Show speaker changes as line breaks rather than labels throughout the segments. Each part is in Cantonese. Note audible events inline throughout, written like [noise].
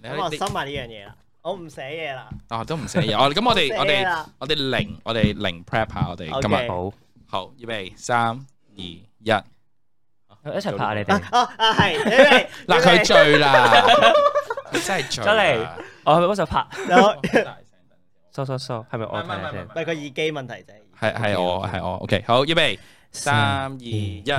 你
咁我啊
可以
收埋呢樣嘢啦，我唔寫嘢啦。
啊都唔寫嘢，我咁我哋
寫
我哋
啦
我哋零我哋零 ờ, prep Ờ, 下我哋今
OK
日
好，
好，預備三二一，
一齊拍啊你
啊
哋。
哦啊係，
[laughs]
你哋
嗱佢醉啦，佢真係醉
真係
啦，
我係咪嗰首拍？
有
收收收，係咪我睇下先？
咪個耳機問題啫。
[laughs] 係係我係我，OK 好，預備三二一，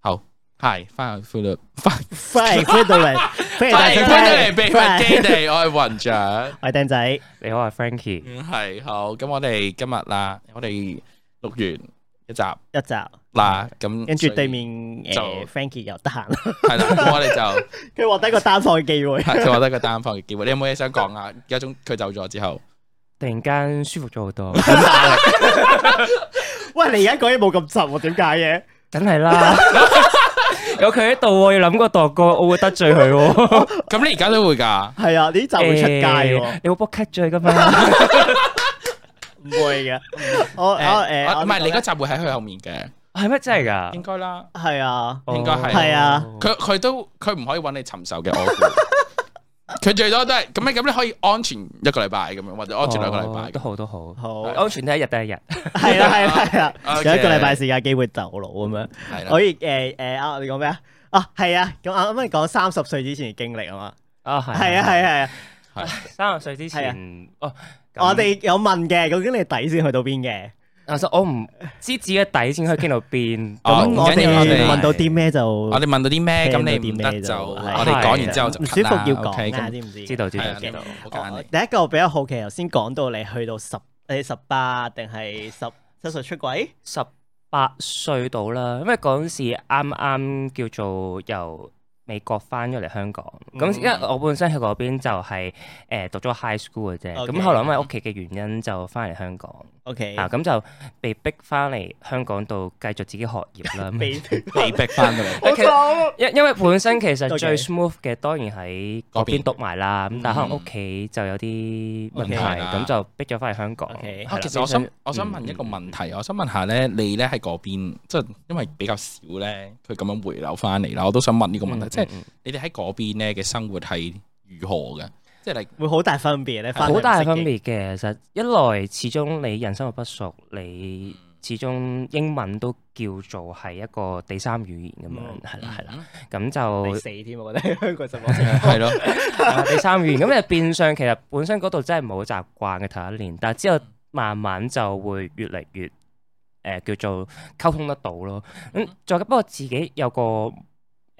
好係翻去 full 翻
歡迎翻到嚟，歡迎大
翻嚟
家收
翻嚟秘密
聽
基地，我係雲長。
我係釘仔，
你好，我係 Frankie。
嗯，系好，咁我哋今日啦，我哋錄完一集
一集，
啦，咁
跟住
所以
對面誒
就
Frankie 又得閒啦，
係啦，咁我哋就。
佢獲得一個單放嘅機
[laughs]
會
係佢話得個單方嘅機會，你有冇嘢想講啊？而家中佢走咗之後，
突然間舒服咗好多，
喂，你而家講嘢冇咁窒喎，點解嘅？
梗係啦。有佢喺度，我要諗個度歌，我會得罪佢喎。
咁你而家都會㗎，
係啊，呢集會出街
誒
喎，
你會幫我 cut 咗佢噶嘛？
唔會
[laughs]
嘅。我我
誒啊
誒，
我唔係你嗰集會喺佢後面嘅，
係咩真係噶？
應該啦，
係啊，
應該係
係啊
佢佢都佢唔可以揾你尋仇嘅，我估 [laughs] 佢最多都係咁你咁你可以安全一個禮拜咁樣，或者安全兩個禮拜
都
咁。
好都好，
好
[laughs]
安全第一日第一日。
係啦係啦係啦，
OK
有一個禮拜時間機會走佬咁樣。
係啦
可，以誒誒啊！你講咩啊？啊，係啊！咁啱啱你講三十歲之前嘅經歷啊嘛，
啊係
係啊係啊
三十歲之前，哦，
係啊！我哋有問嘅，究竟你底線去到邊嘅？
其實我唔知自己嘅底先可以傾到邊。
哦
咁
唔
我
緊要我
哋
哋
問到啲咩就
我哋問到啲咩，咁你
聽
唔
到
得
啲咩
就
就
我哋講完之後就
唔舒服
cut 啦
要
OK，
講啊，
咁
知唔知？
知道知
係啊
道
嘅
知道。
好簡單
我。第一個我比較好奇，頭先講到你去到十你十八定係十七歲出軌？
十八歲到啦，因為嗰陣時啱啱叫做由美國翻咗嚟香港，咁、
嗯
因為我本身喺嗰邊就係、诶誒、讀咗 high school 嘅啫，咁
OK
後來因為屋企嘅原因就翻嚟香港，
O K，
啊咁就被逼翻嚟香港度繼續自己學業啦。 [laughs]
被
[laughs] 被逼翻到嚟。
好慘啊
因因為本身其實
OK
最 smooth 嘅當然喺嗰邊讀埋啦，咁但係可能
嗯
屋企就有啲問題，
OK
咁就逼咗翻嚟香港。
OK
啊
係啦
其實我想我想
嗯
問一個問題，我想問下咧，你咧喺嗰邊，即係因為比較少咧，佢咁樣回流翻嚟啦，我都想問呢個問題，即係
嗯嗯
你哋喺嗰邊咧嘅生活係如何嘅？即係你
會好大分別咧，翻嚟
好大
唔識
分
嘅。
別嘅，其實一來始終你人生路不熟，你始終英文都叫做係一個第三語言咁
嗯
樣，係啦係啦，
啦，
咁
第
就
四添，我覺得 [laughs] 香港十八歲
嗯係咯，
啊第三語言，咁就變相其實本身嗰度真係冇習慣嘅頭一年，但係 [laughs] 之後慢慢就會越嚟越誒、呃叫做溝通得到咯。咁再不過自己有個誒、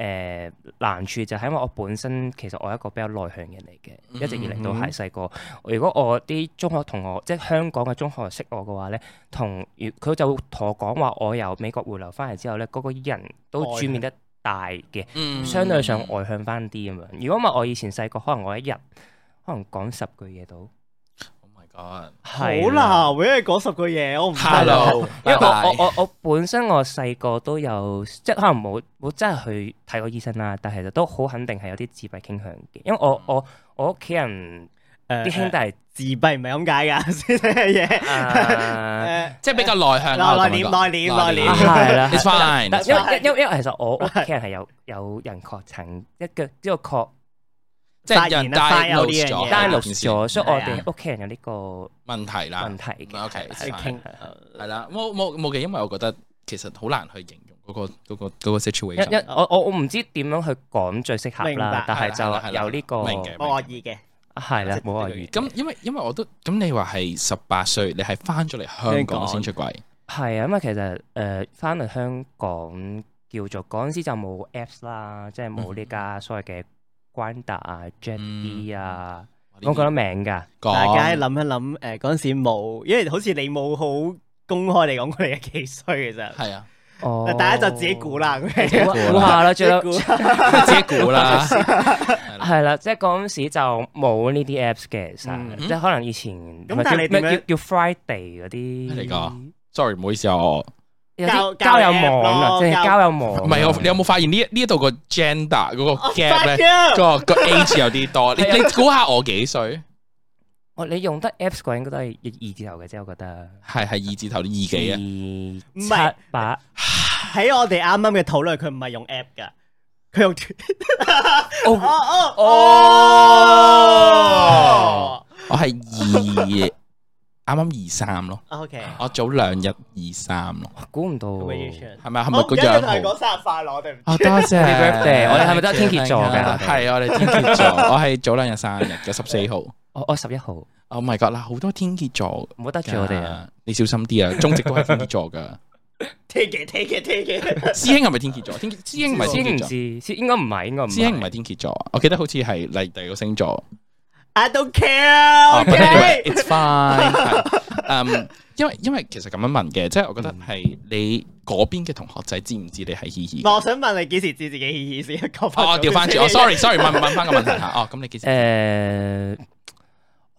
呃、難處就係因為我本身其實我係一個比較內向嘅人嚟嘅，一直以嚟都係細個。如果我啲中學同學即係香港嘅中學識我嘅話咧，同如佢就會同我講話，我由美國回流翻嚟之後咧，嗰、個人都
外向
轉變得大嘅。
嗯
相對上外向翻啲咁樣。如果唔係我以前細個，可能我一日可能講十句嘢到，
Oh my God
好
係
啦，。因為嗰十句嘢我唔得啦
Hello，
因為
拜
我
拜
我我我本身我細個都有，即係可能冇冇真係去睇過醫生啦，但係其實都好肯定係有啲自閉傾向嘅，因為我我我屋企人
誒
啲兄弟
[laughs] 自閉唔係咁解㗎， [laughs] 先呢樣嘢。 [laughs]
啊
誒
即係比較內向啦，
內內
我咁樣講
斂內斂內斂
係啦
It's fine，
但
it's
因
fine
為因為因為其實我屋企人係有有人確診一個呢個確
即係有人 diagnose
發現啊發現有
咗
呢樣
diagnose 咗，所以我
係啊
哋屋企人有呢個
問題啦
問，題嘅。
OK，
係啦
it's
係
fine
啦係啦
係啦，冇冇冇嘅，因為我覺得其實好難去形容嗰個嗰個嗰個
一一
situation。
我我我唔知點樣去講最適合
明白
啦，但係
係啦係
就
啦
有呢個啊
明嘅
冇惡意嘅，
係啦
即係，
冇話語
咁因為因為我都咁你話係十八歲，你係翻咗嚟香港先出軌，
係啊，因為其實誒翻嚟香港叫做嗰陣時就冇 apps 啦，即係
嗯
冇呢家所謂嘅 Grindr 啊、Jetd 啊，
嗯
我覺得名㗎，
大
講
家諗一諗，誒嗰陣時冇，因為好似你冇好公開嚟講過你嘅幾歲其實，
係啊，
哦，
大家就自己估，啦。咁樣
[laughs]
估啊估下啦，
自
最
己
後
估
啊自己估啦。
[laughs] 係啦，即係嗰陣時就冇呢啲 apps 嘅，其
嗯
實即係可能以前
咁
咪
但係
叫
你點
咩
樣
叫叫 Friday 嗰啲
咩嚟㗎 Sorry，唔好意思啊，我
有
交
啲交友網
交友
啊，即
app 咯
係交友網啊。
唔係我，你有冇發現呢呢一度個 gender 嗰個 [laughs] gap 咧，
咧，
個個 age 有啲多？你你估下我幾歲？
我哦你用得 Apps 嗰應該都係二字頭嘅啫，我覺得。
係係二字頭啲二幾啊？
二
唔係
七八
喺我哋啱啱嘅討論，佢唔係用 app 噶，佢用 [laughs] 斷
哦
哦哦
哦
哦
我係二，啱啱二三咯，
，OK，
我早兩日二三咯，
估唔到。
咁嘅 u
我
s
係咪係咪個樣
係講
好？
生日快樂，對唔住。
啊，多謝
Happy birthday，我哋係咪都係天蠍座㗎
係我哋天蠍
[laughs]
座，我係早兩日生日嘅十四號。
我哦十一號，唔
Oh my god！嗱，好多天蠍座
好得
㗎
罪我哋啊！！
你小心啲啊！中直都係天蠍座
[laughs]
噶。
Take it, take it, take it。
師兄係咪天蠍座？天蠍師兄唔係
師
天
兄唔
蠍座，
知，師應該唔係，應該唔
師兄唔
係
係。天蠍座啊。我記得好似係嚟第二個星座。
[laughs] I don't
啊
care.
but anyway,
OK。
it's
[laughs]
fine 係。嗯，因為因為其實咁樣問嘅，即係我覺
嗯
得係你嗰邊嘅同學仔知唔知你係嘻嘻？
嗱我想問你幾時知自己嘻嘻先？講
哦，調翻轉，我 sorry sorry，問問翻個問題嚇。哦，咁你幾時？
誒，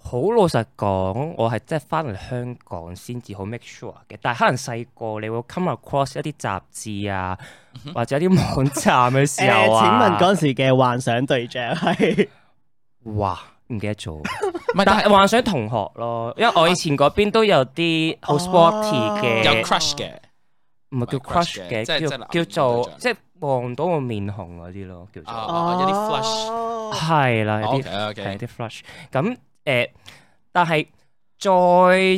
好老實講，我係即係翻嚟香港先至好 make sure 嘅。但係可能細個你會 come across 一啲雜誌啊，
嗯
或者一啲網站嘅
[laughs] 誒，
時
請
候啊。
問嗰陣時嘅幻想對象係
哇，唔記得咗。
唔係，但
但係
係
幻想同學咯，因為我以前嗰邊都有啲好 sporty 嘅，
有 crush 嘅。
唔係叫
唔係 crush
crush
嘅
嘅，
即係即係男
叫
女
叫
對
做
象
即係望到我面紅嗰啲咯，叫做
哦有啲 flush
哦
係啦，有啲
OK
係
OK，
啲 flush。咁誒，但係再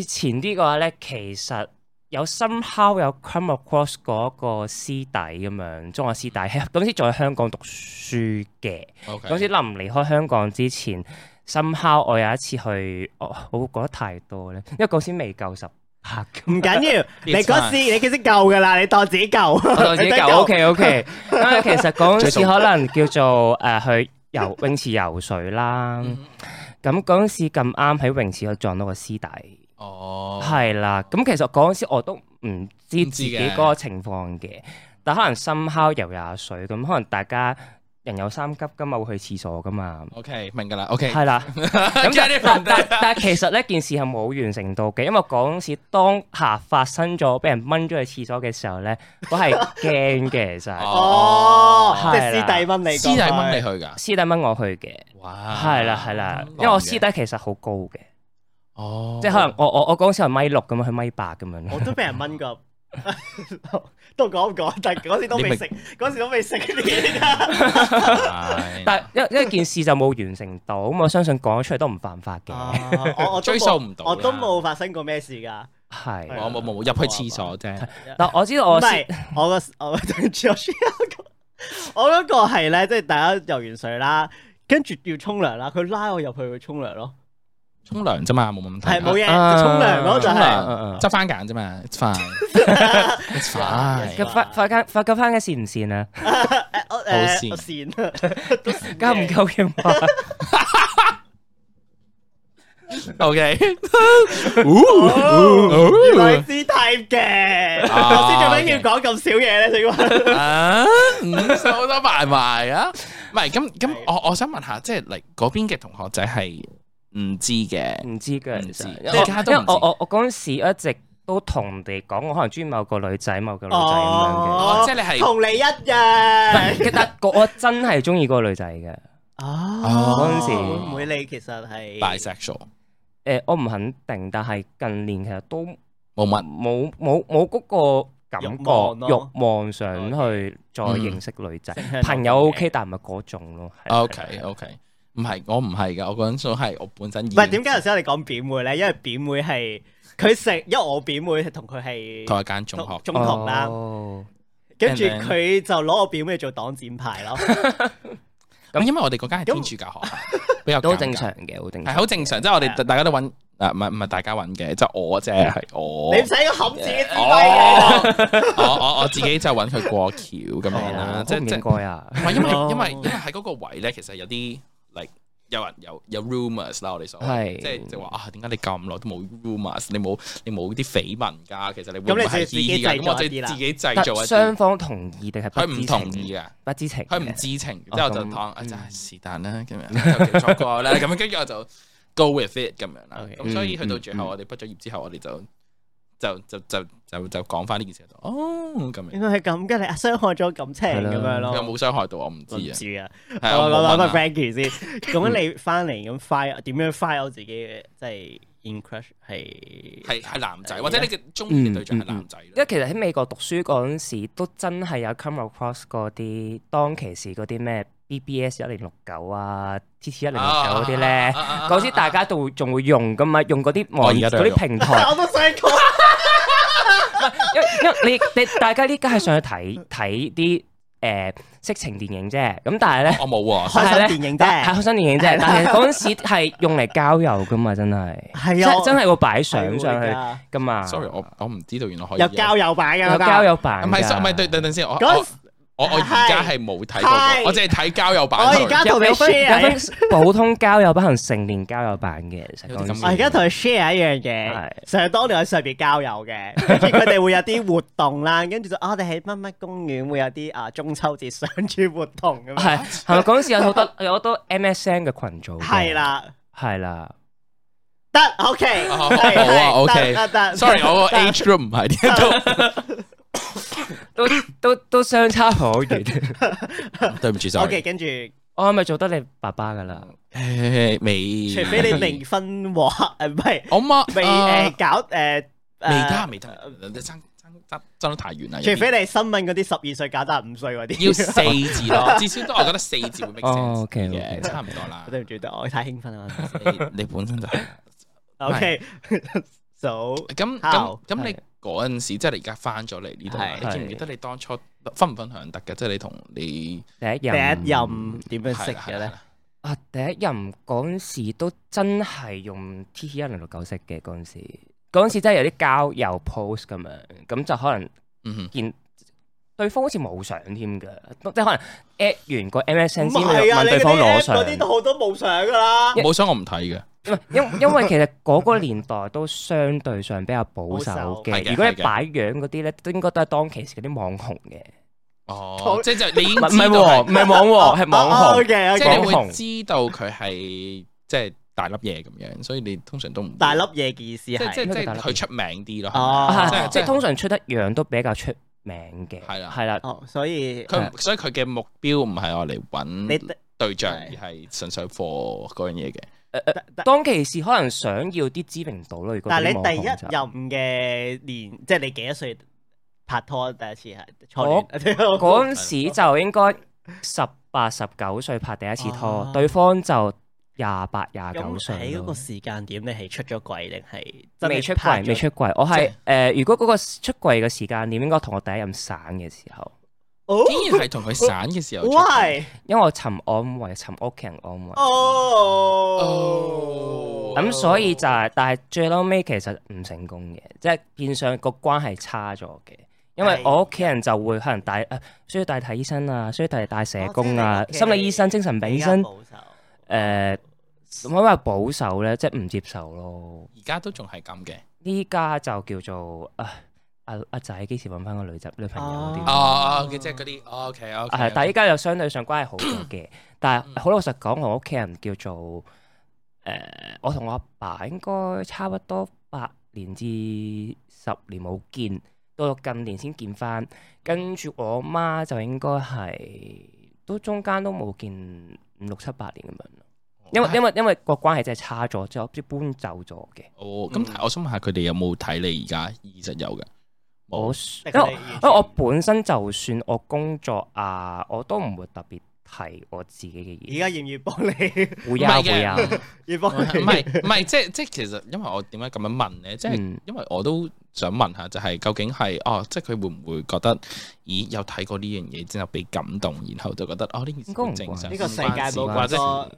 前啲嘅話咧，其實有 somehow 有 come across 嗰個師弟咁樣，中學師弟 [laughs] 喺嗰陣時仲喺香港讀書嘅。嗰時臨離開香港之前，somehow 我有一次去，我我覺得太多咧，因為嗰時未夠十拍
唔
咁。
緊要，你
[laughs] It's
嗰時你幾時夠噶啦？你當自
[laughs]
己夠，
我當自己
你
夠
當
OK OK，因為其實嗰
追
陣時
數
可能叫做誒、呃去游泳池游水啦，
嗯
咁嗰陣時咁啱喺泳池度撞到個師弟，
哦，
係啦、咁其實嗰陣時我都唔知
唔知
自己
嘅
嗰個情況嘅，但可能深烤游下水，咁可能大家人有三急噶嘛，會去廁所噶嘛。
OK，明㗎啦。OK， [laughs]
係啦，咁
Get it
但
from
但但其實呢件事係冇完成到嘅，因為嗰陣時當下發生咗俾人掹咗去廁所嘅時候咧，我係驚嘅其實。
哦，即係
係啦
師弟掹你，
師弟掹你，去㗎。
師弟掹我去嘅，
哇
係啦係啦，因為我師弟其實好高嘅，
哦，啊
即係可能我我我嗰陣時係米六咁樣，佢米八咁樣。
我都俾人掹過。 [laughs] 都講唔講？但係嗰時都未食，嗰時都未食
[laughs]
呢
能
[laughs] 但係因因為件事就冇完成到，咁我相信講咗出嚟都唔犯法
啲。
嘅，
啊我我都冇
追溯唔到啦
我都冇發生過咩事㗎。
係。
我冇冇冇入去廁所啫，
但我知道
唔
我
係 [laughs] 我個我對唔住我 share 個 [laughs] 我嗰個係咧，即係大家游完水啦，跟住要沖涼啦，佢拉我入去去沖涼咯，
沖涼啫嘛，冇問題。
係冇嘢，
啊
就沖涼咯就
沖
嗯
係。
涼執番揀啫嘛，it's fine，it's
[laughs]
fine。 [laughs]
咁發發間發間翻嘅善唔善啊？
誒我
好
誒
線
我線都線
夠唔
嘅
夠嘅話？
[laughs] [laughs] OK，
哦
哦
原來係 C type 嘅，
啊
頭先做咩要講咁少嘢咧？
[laughs]
你話
啊，五十好多埋埋啊，唔係咁咁，我我想問下，即係嚟嗰邊嘅同學仔係唔知嘅，
唔知嘅，
唔
其
知
實因
即係家都
為
唔
因為我
知
我我嗰陣時一直都同人哋講，我可能中意某個女仔、某個女仔咁樣
哦即係你係
同你一樣
[laughs] 嘅。但我我真係中意嗰個女仔嘅。
哦
嗰陣時
會唔會你其實係
bisexual
誒，我唔肯定，但係近年其實都
冇乜。
冇冇冇嗰個感
欲望
覺，
咯
慾望想去再認識女仔。
嗯
朋友 OK，但唔係嗰種咯。係
哦
啊
OK OK，唔係我唔係噶，我嗰陣數係我本身已
唔
經
係點解頭先我哋講表妹咧？因為表妹係佢成，因為我表妹同佢係
同一間中學
中學啦，
哦
跟住
and then-
佢就攞我表妹做擋箭牌咯。
咁，因為我哋嗰間係天主教學校，比較
都
尷尬
正，常嘅，好正
係
常。
好正常。即係我
係啊
哋大家都揾啊，唔係唔係大家揾嘅，即係我啫，係我
你唔使冚自己指揮嘅。
我 [laughs] 我我我自己就揾佢過橋咁樣
係啦
啦，，
即
即
係唔
即
應該啊
唔。係因為
哦
因為因為喺嗰個位咧，其實有啲 like 有人有有 rumors 啦，我哋所謂
係
即係就話啊，點解你咁耐都冇 rumors？你冇你冇啲緋聞㗎？其實你會
咁
唔會
你就
係
自己
嘻嘻㗎
製
咁我
造
就
一啲啦
自己製
但
造一啲
雙。方同意定係
佢
不
唔
知
同
情
意嘅，
不知情嘅，
佢唔知情，然之後
哦
就
咁
嗯
當啊真係是但啦，咁樣就錯過啦，咁樣跟住我就 go with it 咁樣啦。
OK
咁所以
嗯
去到
嗯
最後，
嗯
我哋畢咗業之後，我哋就就就就就就講翻呢件事就哦咁
原
樣，
來係咁嘅，你傷害咗感情
係啦
咁樣咯。
有冇傷害到我唔知
哦我唔
啊。
知啊，
係啊
我
我
講
冇問
翻
[laughs]
個
啊
Frankie 先。咁你翻嚟咁 file 點樣 file 自己嘅即 in crush
係
係
係男仔，或者你嘅
嗯
中意嘅對象係男仔
因為
啦。
其實喺美國讀書嗰陣時，都真係有 come across 嗰啲當其時嗰啲咩 BBS 一零六九啊、TT 一零六九嗰
啊
啲咧，嗰時大家都會仲會用噶嘛，用嗰啲
我
網
哦而家都有
嗰啲平台，
我都想講，
因為因為你你大家呢家係上去睇睇啲誒色情電影啫，咁但係咧
我冇喎，
開心電影啫
係開心電影啫，但係嗰陣時係用嚟交友噶嘛，真係
係啊，
真真係會擺相上去
去，
噶嘛
sorry，我我唔知道原來可以
有交友版嘅
有
嗰個
交友版
唔
㗎，
係，sorry，唔係，對等等先，我
嗰
我我我而家係冇睇過，
係
我淨係睇交友版
我
佢。
而家
有
同你
有分
share，
有分普通交友版同成年交友版嘅，其實
有啲咁
我而家同佢 share 一樣
係
嘢，想當年我喺上邊交友嘅，跟住佢哋會有啲活動啦，跟住就啊我哋喺乜乜公園會有啲啊中秋節相處活動咁樣，
係係咪嗰陣時有好多有好多 MSN 嘅群組？
係，啦，
係啦，
得 OK，
哦好啊
係係
，OK
得得
sorry，我個
[laughs] 得
age 都唔係呢
[laughs]
度。
都都都相差好
[laughs]
遠。
對唔住，sorry。
OK，跟住
我係咪做得你爸爸噶啦？
誒未，
除非你離婚話誒唔係
我媽
未誒搞呃誒
啊未得未得，爭爭爭爭得太遠啦。
除非你新聞嗰啲十二歲搞得五歲嗰啲， [laughs]
要四字咯，至少都我覺得四字會 make
哦
sense
，OK，OK
嘅，差唔多啦。
對唔住，我太興奮啦。
你你本身就 [laughs] 係
[laughs] OK，so
咁咁
How？
咁，你嗰陣時即係你而家翻咗嚟呢度啦，
係
你記唔記得你當初分唔分享得嘅？即係你同你
第一
第一
任
任點樣識嘅
係
咧
啦？
啊，第一任嗰陣時都真係用 T T 一零六九式嘅嗰陣時，嗰陣時真係有啲交友 post 咁樣，咁就可能。
嗯哼
見對方好似冇相添嘅，即係可能 at 完個 MSN 先
唔係啊，
問
你
對方攞
嗰啲
相。
嗰啲都好多冇相噶啦。
冇想我唔睇嘅，
唔係因因為其實嗰個年代都相對上比較保守
保
係
守
嘅
嘅，
如果你
係嘅
擺樣嗰啲咧，都應該都係當其時嗰啲網紅嘅，
哦
好，
即係就你已經
唔係
知
唔啊係喎，
道
唔係網喎，係網
[laughs]
紅。
Ờ, OK
即係
OK，
你
網
會
紅
知道佢係即係大粒嘢咁樣，所以你通常都唔
大粒嘢嘅意思
即係即
係
係
應
即
該叫大
係
粒
佢出名啲咯。
哦
即係
啊 [laughs] 即係通常出得樣都比較出名嘅，
係啦
係啦，
哦，所以
佢唔所以佢嘅目標唔係我嚟
你
揾
得
對象，而
係
係純粹 for 嗰樣
[laughs]
嘢嘅。
當其時可能想要啲知名度咯，如果
但係
啲
你第
網
一
紅就
任嘅年，即係你幾多歲拍拖第一次係初
我
戀？ [laughs]
嗰陣時就應該十八十九歲拍第一次拖
哦，
對方就廿八廿九
咁
歲
喺嗰
咯
個。時間點，你係出咗櫃定係真係
未出
拍
櫃，
咗
未出櫃。我
即
係
係
誒，如果嗰個出櫃嘅時間點，應該同我第一任散嘅時候，
哦
竟然係同佢散嘅時候出現。
喂，
因為我尋安慰，尋屋企人安慰。
哦，
咁所以就係，但係最嬲尾其實唔成功嘅，即係變相個關係差咗嘅。因為
係
我屋企人就會可能帶誒需要帶睇醫生啊，需要帶帶
ờ,
社工啊
哦，即係你屋企
心理醫生、精神病醫生
比較保守
誒，可唔可以話保守咧？即係唔接受咯。
而家都仲係咁嘅。
呢家就叫做啊阿阿仔幾時揾翻個女仔女朋友
哦
啲咯。
哦，佢即係嗰啲。OK OK。
啊
嗯
係，但係依家又相對上關係好
[coughs]
咗嘅。但係好老實講，我屋企人叫做誒、呃我同我阿爸應該差不多八年至十年冇見，到近年先見翻。跟住我媽就應該係都中間都冇見五六七八年咁樣咯。因為
啊
因為因為個關係真係差咗，之後即係搬走咗嘅。
哦，咁但係我想問下佢哋有冇睇你而家？二實有嘅。哦
我
但
因
係佢哋完
為
全
因為我本身就算我工作啊，我都唔會特別提我自己嘅嘢
而。家要唔要幫你？
會
唔
啊
係
會啊，
嘅。[laughs]
要
哦唔
幫你？
係唔 [laughs] 係，即係即係其實，因為我點解咁樣問咧？即係
嗯
因為我都想問下，就係究竟係哦，即係佢會唔會覺得，咦，有睇過呢樣嘢之後被感動，然後就覺得哦呢件事
應該唔
好
關
正常，
呢個世界
唔關事
冇
或
咁
者
多，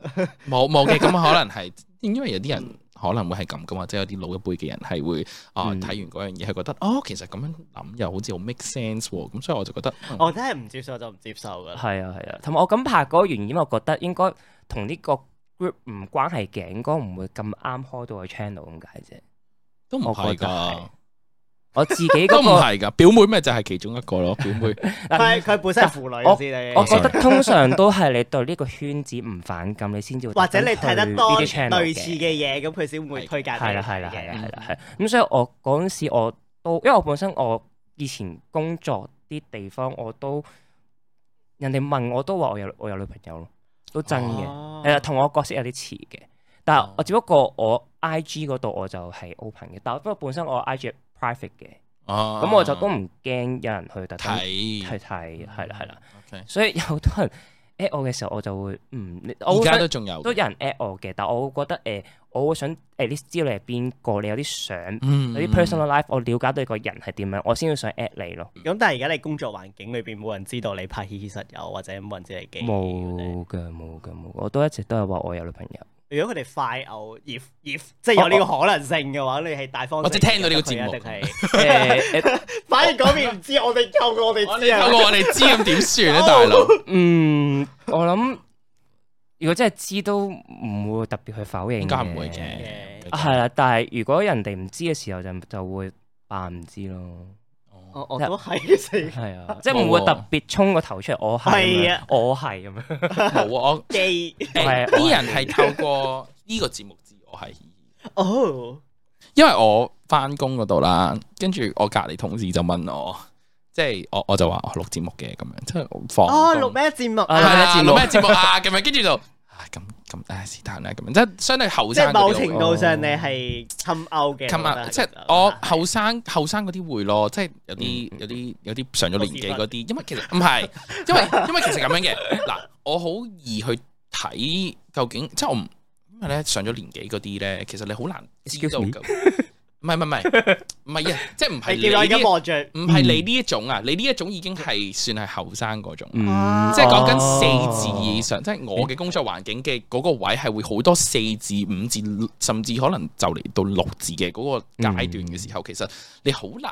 冇冇
[laughs]
嘅，咁可能係因為有啲人可能會係咁噶嘛，即係有啲老一輩嘅人係會啊
嗯
睇完嗰樣嘢，係覺得哦，其實咁樣諗又好似好 make sense 喎，咁所以我就覺得嗯
哦
我哦真係唔接受就唔接受噶啦。
係啊係啊，同埋我咁拍嗰個原因，我覺得應該同呢個 group 唔關係嘅，應該唔會咁啱開到個 channel 咁解啫。
都唔
我
係
覺得係
㗎，
我自己
[laughs]
嗰、
都唔
個，
係㗎，表妹咪就係其中一個
[laughs]
咯，表妹
佢佢本身係腐女先你，
我覺得通常都係你對呢個圈子唔反感，你先至會
[laughs] 或者你睇得多
特登去呢啲 channel
類似嘅嘢，咁佢先會推介俾你
係啦
睇嘅。
係啦係啦
嘅
係啦係啦。咁所以我嗰陣時我都，因為我本身我以前工作啲地方我都，人哋問我都話我有我有女朋友咯，都真嘅。
哦
哦
係啦，同我角色有啲似嘅，但係我只不過我 I G 嗰度我就係 open 嘅，但不過本身我 I G 係 private 嘅，
哦，
咁我就都唔驚有人去特登
睇嗯
去睇，係啦係啦，
，OK，
所以有好多人 at 我嘅時候，我就會嗯，你我
而
會
家
想
都仲有嘅，
都有人 at 我嘅，但我會覺得誒、我會想 at least 知道你係邊個，你有啲相。
嗯
有啲 personal life，我了解到你個人係點樣，我先會想 at 你咯。
咁但係而家你工作環境裏邊冇人知道你拍嘻嘻室友，或者冇人知你幾。
冇嘅，冇嘅，冇嘅。我都一直都係話我有女朋友。
[laughs]
如果佢哋快嘔，if if 即係有呢個可能性嘅話，你係大方。
我即係聽到呢個節目
定係？
誒誒
反而嗰邊唔知，我哋透過我哋
我
知
[laughs]
哋
啊
透。過我哋知咁點算咧，大佬？
嗯，我諗如果真係知都唔會特別去否認，
應該係唔會
嘅
嘅，
啊係啦，但係如果人哋唔知嘅時候就就會扮唔知咯。
哦
我我都係死
係啊，即係唔會特別衝個頭出嚟，我係咁
係
樣
啊
我係咁樣。
冇啊，我
機。
誒
係
啲人係透過呢個節目知我係，
哦，
因為我翻工嗰度啦，跟住我隔離同事就問我，即係我我就話我錄節目嘅咁樣，即係我放
哦，
工
錄咩節目
係
啊？
啊
啦
錄咩節目
錄咩節目
[laughs]
啊？咁樣跟住就啊咁咁唉是但啦咁樣，即係相對後
即
生
係
嗰啲
某
我會
程度上你係侵歐嘅。
咁啊，
我覺得係
即係
咁
我
啊
後生後生嗰啲會咯，即係有啲有啲有啲上咗年紀嗰啲，因為其實唔係，因
[laughs]
為因為其實咁樣嘅嗱，我好易去睇究竟，即係我唔因為咧上咗年紀嗰啲咧，其實你好難知道
Excuse me？
咁，唔係唔係唔係唔係啊，即係唔係
你見我而
你
家
呢
望住，
唔係你呢一種啊，你呢一種已經係算係後生嗰種。
嗯
即係講緊
哦
四字以上，即係我嘅工作環境嘅嗰個位係會好多四字、五字，甚至可能就嚟到六字嘅嗰個階段嘅時候，其實你好難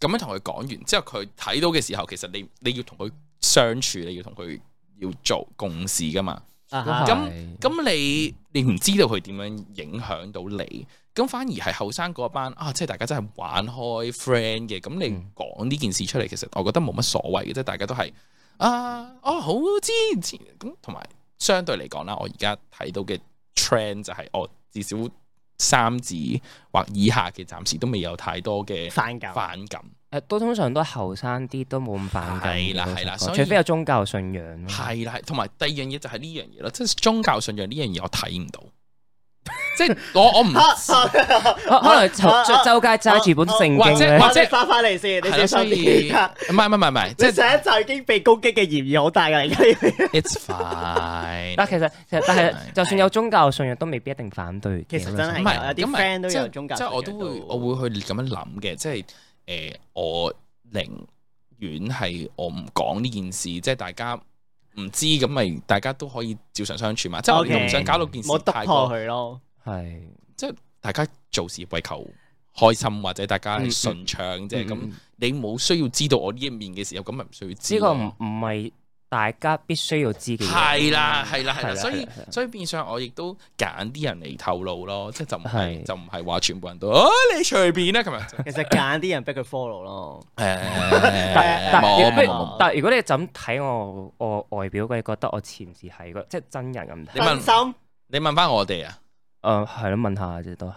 咁啊樣同佢講完之後，佢睇到嘅時候，其實你你要同佢相處，你要同佢要做共事噶嘛。
啊
都
哈
係
咁咁你你唔知道佢點樣影響到你，咁反而係後生嗰班啊，即係大家真係玩開 friend 嘅，咁你
嗯
講呢件事出嚟，其實我覺得冇乜所謂嘅，即係大家都係啊，哦好知知咁，同埋相對嚟講啦，我而家睇到嘅 trend 就係、我至少三字或以下嘅，暫時都未有太多嘅
反感。
反感。
誒都通常都係後生啲，都冇咁反感。
係啦
老實
係啦
講
所以
除非有宗教信仰咯。
係啦，係同埋第二樣嘢就係呢樣嘢啦，即係宗教信仰呢樣嘢我睇唔到，即係我我唔。
可
[laughs]
可能就
啊
就周街揸住本聖
哦或
經
者
咧
或，
或者翻返嚟先，你
係啦，
小
所
心
以唔
啲
係
啊。
唔係唔係唔係，即
即係
係
上一集已經被攻擊嘅嫌疑好大㗎，而家呢個
it's fine。
但其實其實但係就算有宗教信仰都未必一定反對嘅。
其實真係
唔
㗎
係
有啊啲
咁咪
friend 都
即係
有宗教
即係我都
信
會
仰都
我會去咁樣諗嘅，即係誒我寧願係我唔講呢件事，即係大家唔知咁咪大家都可以照常相處嘛。即係我亦都唔
OK
想搞到件
冇
事
突
太
破
過，
佢咯。
係
大家做事為求開心或者大家
嗯嗯
係順暢啫。
嗯
咁
嗯
你冇需要知道我呢一面嘅時候，咁咪唔需要知
呢個
咯。
唔唔係大家必須要知嘅嘢。
係啦，係啦，係
係
啦，
啦
所
係
以
啦係啦
所以變相我亦都揀啲人嚟透露咯，即係就唔係
係
就唔係話全部人都啊你隨便啦咁
[laughs]
樣，
其實揀啲人逼佢 follow 咯。
誒
但
啊
但
冇
如
冇
果
冇，
但如果你就咁睇我我外表，你覺得我似唔似係個即係真人咁
你
睇？
問
真心
你問翻我哋啊，
誒係咯，問下啫，都係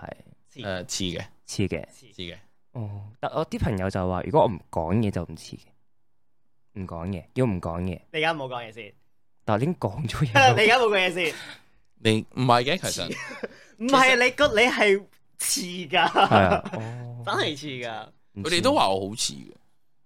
誒似嘅
似嘅。
似嘅，
哦，但我啲朋友就話，如果我唔講嘢就唔似嘅，唔講嘢，要唔講嘢，
你而家冇講嘢先，你
但我已經講咗嘢
[laughs]
而
咯。
家冇講嘢先，
你唔係嘅其實，
唔係你個你係似
[laughs]
係
噶，
啊，哦
真係似噶。
唔
佢
似
哋都話我好似嘅。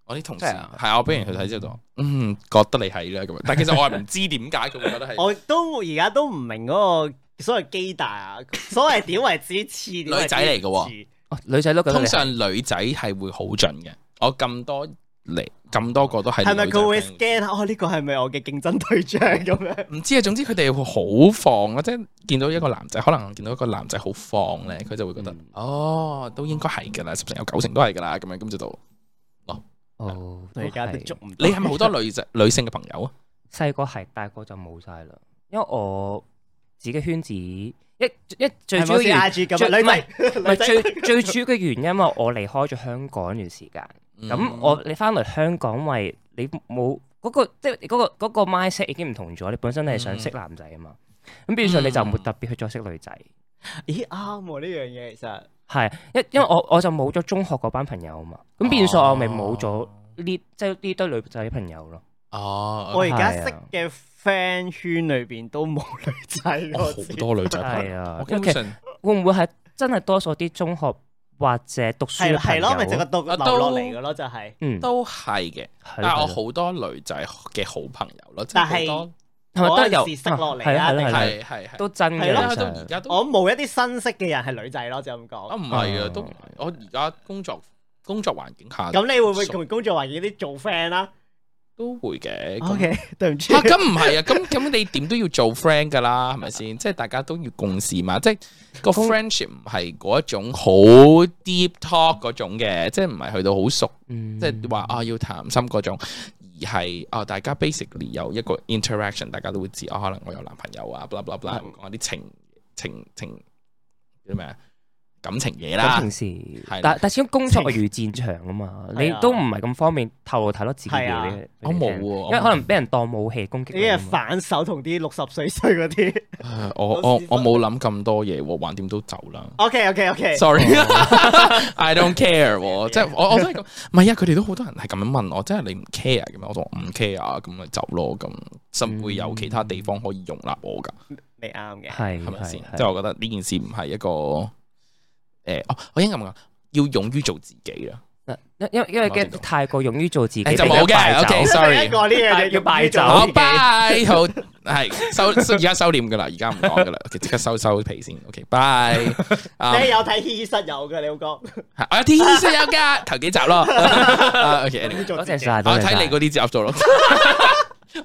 我啲同事
真係啊
係啊我俾人去睇之後就話，嗯，覺得你係啦咁樣，但其實我係唔知點解佢會覺得係
我都而家都唔明嗰個所謂基大啊，所謂點為之似，女
女仔嚟㗎喎
哦女仔都覺得
通
你
常女仔係會好準嘅，我咁多嚟咁多個都係
係咪
女仔
佢會
friend
scan 哦？呢個係咪我嘅競爭對象
[laughs]
咁樣？
唔知啊，總之佢哋會好放啊，即係見到一個男仔，可能見到一個男仔好放咧，佢就會覺得、
嗯
哦，都應該係㗎啦，十成有九成都係㗎啦，咁樣咁就到。
哦，
我而家都
係
捉唔到。
你係咪好多女
[laughs]
仔女性嘅朋友啊？
細個係，大個就冇晒啦。因為我自己圈子一一
係
最
咪
主要
好似
原
IG 咁
最
啊？女仔
唔
[laughs]
係
女仔
最最主要嘅原因啊，我離開咗香港一段時間。
嗯
咁我你翻嚟香港，為你冇嗰個即係嗰個嗰個 mindset 已經唔同咗。你本身你係想識男仔啊嘛，咁變相你就唔會特別去再識女仔。
咦啱喎呢樣嘢其實。
係，啊因因為我我就冇咗中學嗰班朋友啊嘛，咁變相我咪冇咗呢即係呢堆女仔朋友咯。
哦，
我而家識嘅 friend 圈裏邊都冇女仔
我
喎，
啊哦好多女仔朋
係
友，
啊
我基本上
會唔會係真係多數啲中學或者讀書
係
嘅
係咯，咪
朋
成個
友？
毒
啊
流
都
落嚟嘅咯，就係。
嗯，
都係嘅。
係
但係
咯
我好多女仔嘅好朋友咯，即
但
係好
係
多
係咪都
嗰
係
陣時
由
塞落嚟
係
啦
係咯
定係
係咯，
係係係
都真
係
嘅。
啦，
其
到
實
而家都
我冇一啲新識嘅人係女仔咯，就咁
啊
講。
唔係嘅，
啊
都唔係我而家工作工作環境下
咁你會唔會同工作環境啲做 friend 啦
都會嘅。咁
？OK，對唔住
[laughs] 啊，。咁唔係啊，咁咁你點都要做 friend 噶啦，係咪先？即係大家都要共事嘛，即係個 friendship 唔係嗰一種好 deep talk 嗰種嘅，即係唔係去到好熟，
嗯
即係話啊要談心嗰種，而係啊大家 basically 有一個 interaction，大家都會知啊，可能我有男朋友啊，blah blah blah，講下啲情情情叫咩啊感情嘢
咁
啦
平。時
係啦，
但但始終工作係如戰場啊嘛，
係
你
啊
都唔係咁方便透露太多自己嘢
係啊
俾
我
俾
冇
人聽
喎我
因為
冇
可能俾人當武器攻擊
你
你啊
係
嘛。
反手同啲六十歲歲嗰啲。
啊我我我冇諗咁多嘢喎，橫掂都走啦。
OK OK OK。
Sorry，I [laughs] don't care 喎，即係我我都係咁，唔係啊，佢哋都好多人係咁樣問我，即係你唔 care 嘅咩？我就話唔 care 啊，咁咪走咯，咁甚至會有其他地方可以容納我噶，
你啱嘅。
嗯係
係咪先？
係
即係我覺得呢件事唔係一個誒，哦，我應該咁講，要勇於做自己啦，
係因因因為
某程度
驚太過勇於做自己，
誒就
俾人
冇嘅
敗走
OK，Sorry
一個呢樣嘢
要敗走
好
好
要做
bye，好係收收而家收斂噶啦，而家唔講噶啦，OK，即刻收收皮先，OK，bye，啊
你有睇 HEHE 室友嘅，你好講
我有天生有噶，頭幾集咯 [laughs] 啊，OK，anyway。
做
多
自
謝
己
晒，
我
多謝
啊
晒
睇你嗰啲集做
[laughs]
咯，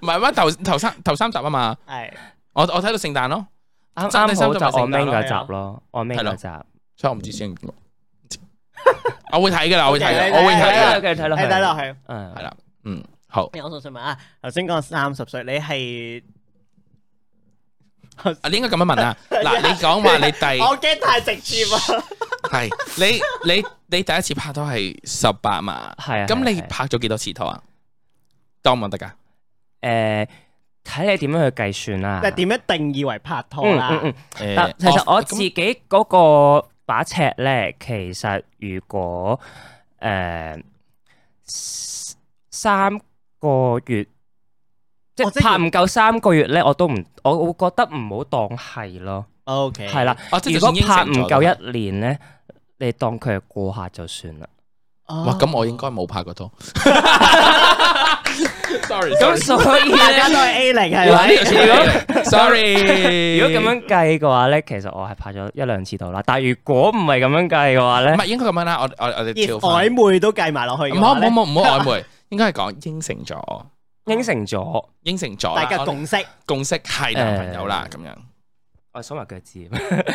唔係乜頭頭三頭三集啊嘛，
係
我我睇到聖誕咯，
啱
真係
啱
心
好
中
就
咪
我
成日
man 嗰
都係啊
集咯，我 man
係啊咯
嗰集。
所以我唔知先。
[laughs]
我會睇噶啦，我會睇㗎，
Okay，
我會啊睇
係
㗎
啦
啦。
啊繼續睇
你
落去，
睇落去。
嗯，
係啦，嗯，好。
我仲想問啊，頭先講三十歲，你係
啊，你應該咁樣
[laughs]
問啊。嗱，你講話你第
我驚太直接啊。
係你你你第一次拍拖係十八嘛？
係啊。
咁你
係啊
拍咗幾多次拖啊？當問得㗎。
誒睇你點樣去計算啦。
你點樣定義為拍
Ừ,
拖
嗯嗯
啦？
嗯。
誒
但其實我
哦咁
自己嗰個把尺咧，其實如果誒、s- 三個月，即
哦即係
係拍唔夠三個月咧，我都唔，我會覺得唔好當係咯，
O K，
係啦。
哦即係就
如
算
果
應承
拍唔夠
咗㗎
一年咧，你當佢係過客就算啦。
哇，
哇
咁我應該冇拍過
[laughs]
拖。Sorry，
咁
[laughs] sorry
所以
大
咧
家，都係 A 零係咪？
如果
sorry。
如果咁樣計嘅話咧，其實我係拍咗一兩次到啦。但係如果唔係咁樣計嘅話咧
唔，係應該咁樣啦，我我我哋
連
跳翻
曖。昧都計埋落去
唔
嘅
好
話
唔好
呢，
唔好唔好曖昧，應該係講應承咗，
應承咗，
應承咗啦，
大家
我哋
共識。
共識係男朋友啦，咁樣
我數埋腳趾。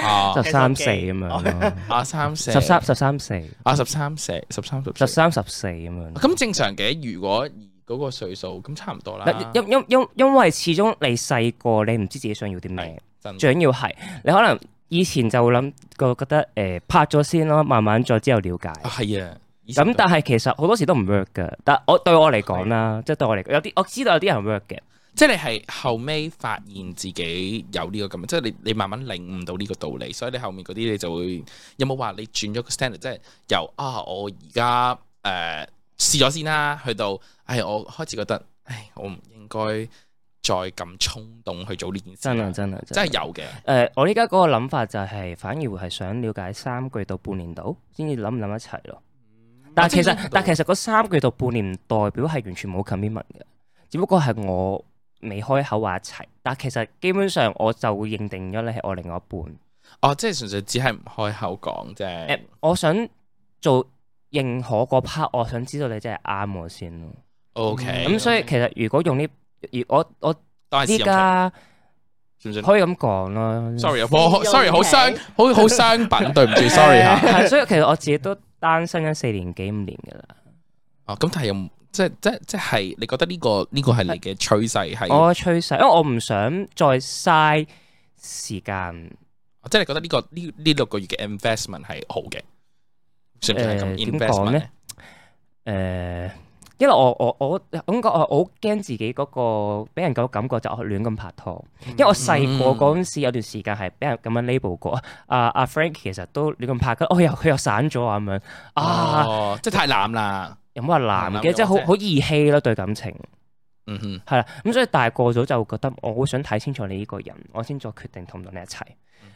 哦
十三四咁樣咯，
啊三四
十三十三四，
啊十三四十三
十
十四，
三十四啊咁樣。
咁正常嘅。如果以嗰個歲數咁差唔多啦，
因因因因為始終你細個，你唔知自己想要啲
係
咩，
真
最緊要係你可能以前就會諗個覺得誒拍咗先咯，慢慢再之後了解。
啊係啊。以前
咁
都
但係其實好多時都唔 work 噶，但我對我嚟講啦，即係對我嚟講，有啲我知道有啲人 work 嘅，
即係你係後尾發現自己有呢個咁，即係你你慢慢領悟到呢個道理，所以你後面嗰啲你就會有冇話你轉咗個 standard，即係由啊我而家誒試咗先啦，去到唉、我開始覺得唉我唔應該再咁衝動去做呢件事啦，
真係啊真係
真
真係。
係有嘅，
誒、呃我依家嗰個諗法就係、反而會係想了解三個月到半年度先至諗唔諗一齊咯。但係其
啊真係諗唔
實
到，
但係其實嗰三個月到半年唔代表係完全冇 commitment 嘅，只不過係我未開口話一齊。但係其實基本上我就會認定咗你係我另外一半。誒、
哦即係純粹只係唔開口講啫，
我想做認可嗰 part，我想知道你真係啱我先咯。
O K，
咁所以其實如果用呢，如我我
當係
依
試飲
家
水算唔算
可以咁講啦。
？Sorry 啊，
試飲
s o r r y 好
水
傷，好好傷品，對唔住，sorry 嚇。
係，所以其實我自己都單身咗四年幾五年㗎啦。
哦，咁但係又唔即即即係你覺得呢、個呢、個係你嘅趨勢係，
我嘅趨勢，因為我唔想再嘥時間。
即係你覺得呢、個呢呢六個月嘅 investment 係好嘅，算唔算係咁
誒點講
investment 咧
咧？誒、呃因為我我我感覺我我好驚自己嗰個俾人嗰個感覺就我亂咁拍拖，
嗯
因為我細個嗰陣時有段時間係俾人咁樣 label 過，啊阿 Frank 其實都亂咁拍㗎，哦又佢又散咗啊咁樣，啊
哦，即係太濫啦，
有冇話男
男嘅
嘅，即係好
或者
好義氣咯對感情。
嗯哼，
係啦，咁所以大個
嗯
咗就覺得我好想睇清楚你呢個人，我先再決定同唔同你一齊。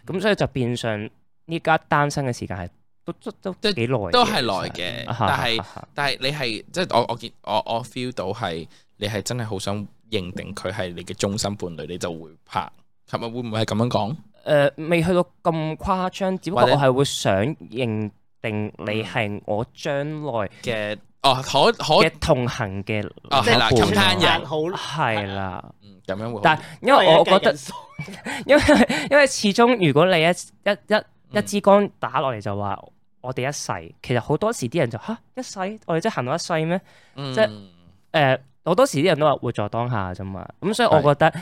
咁所以就變相呢家單身嘅時間係都都都
都
幾耐嘅，
都係
其實
耐嘅
啊哈
但係
啊哈
但係你係即係我我見我我 feel 到係你係真係好想認定佢係你嘅終身伴侶，你就會拍。係咪會唔會係咁樣講？
誒呃未去到咁誇張，只不過
或者嗯
我係會想認定你係我將來
嘅哦，可可
嘅同行嘅另
哦係啦
一
咁攤
半
人
咯
好，
係啦，
嗯咁樣會好啲，
但係因
Ờ,
為我覺得， [laughs] 因為因為始終如果你一一一一
嗯
支竿打落嚟就話我哋一世，其實好多時啲人就吓一世，我哋真係行到一世咩？即係
嗯
誒好多時啲人都話活在當下啫嘛，咁所以我覺得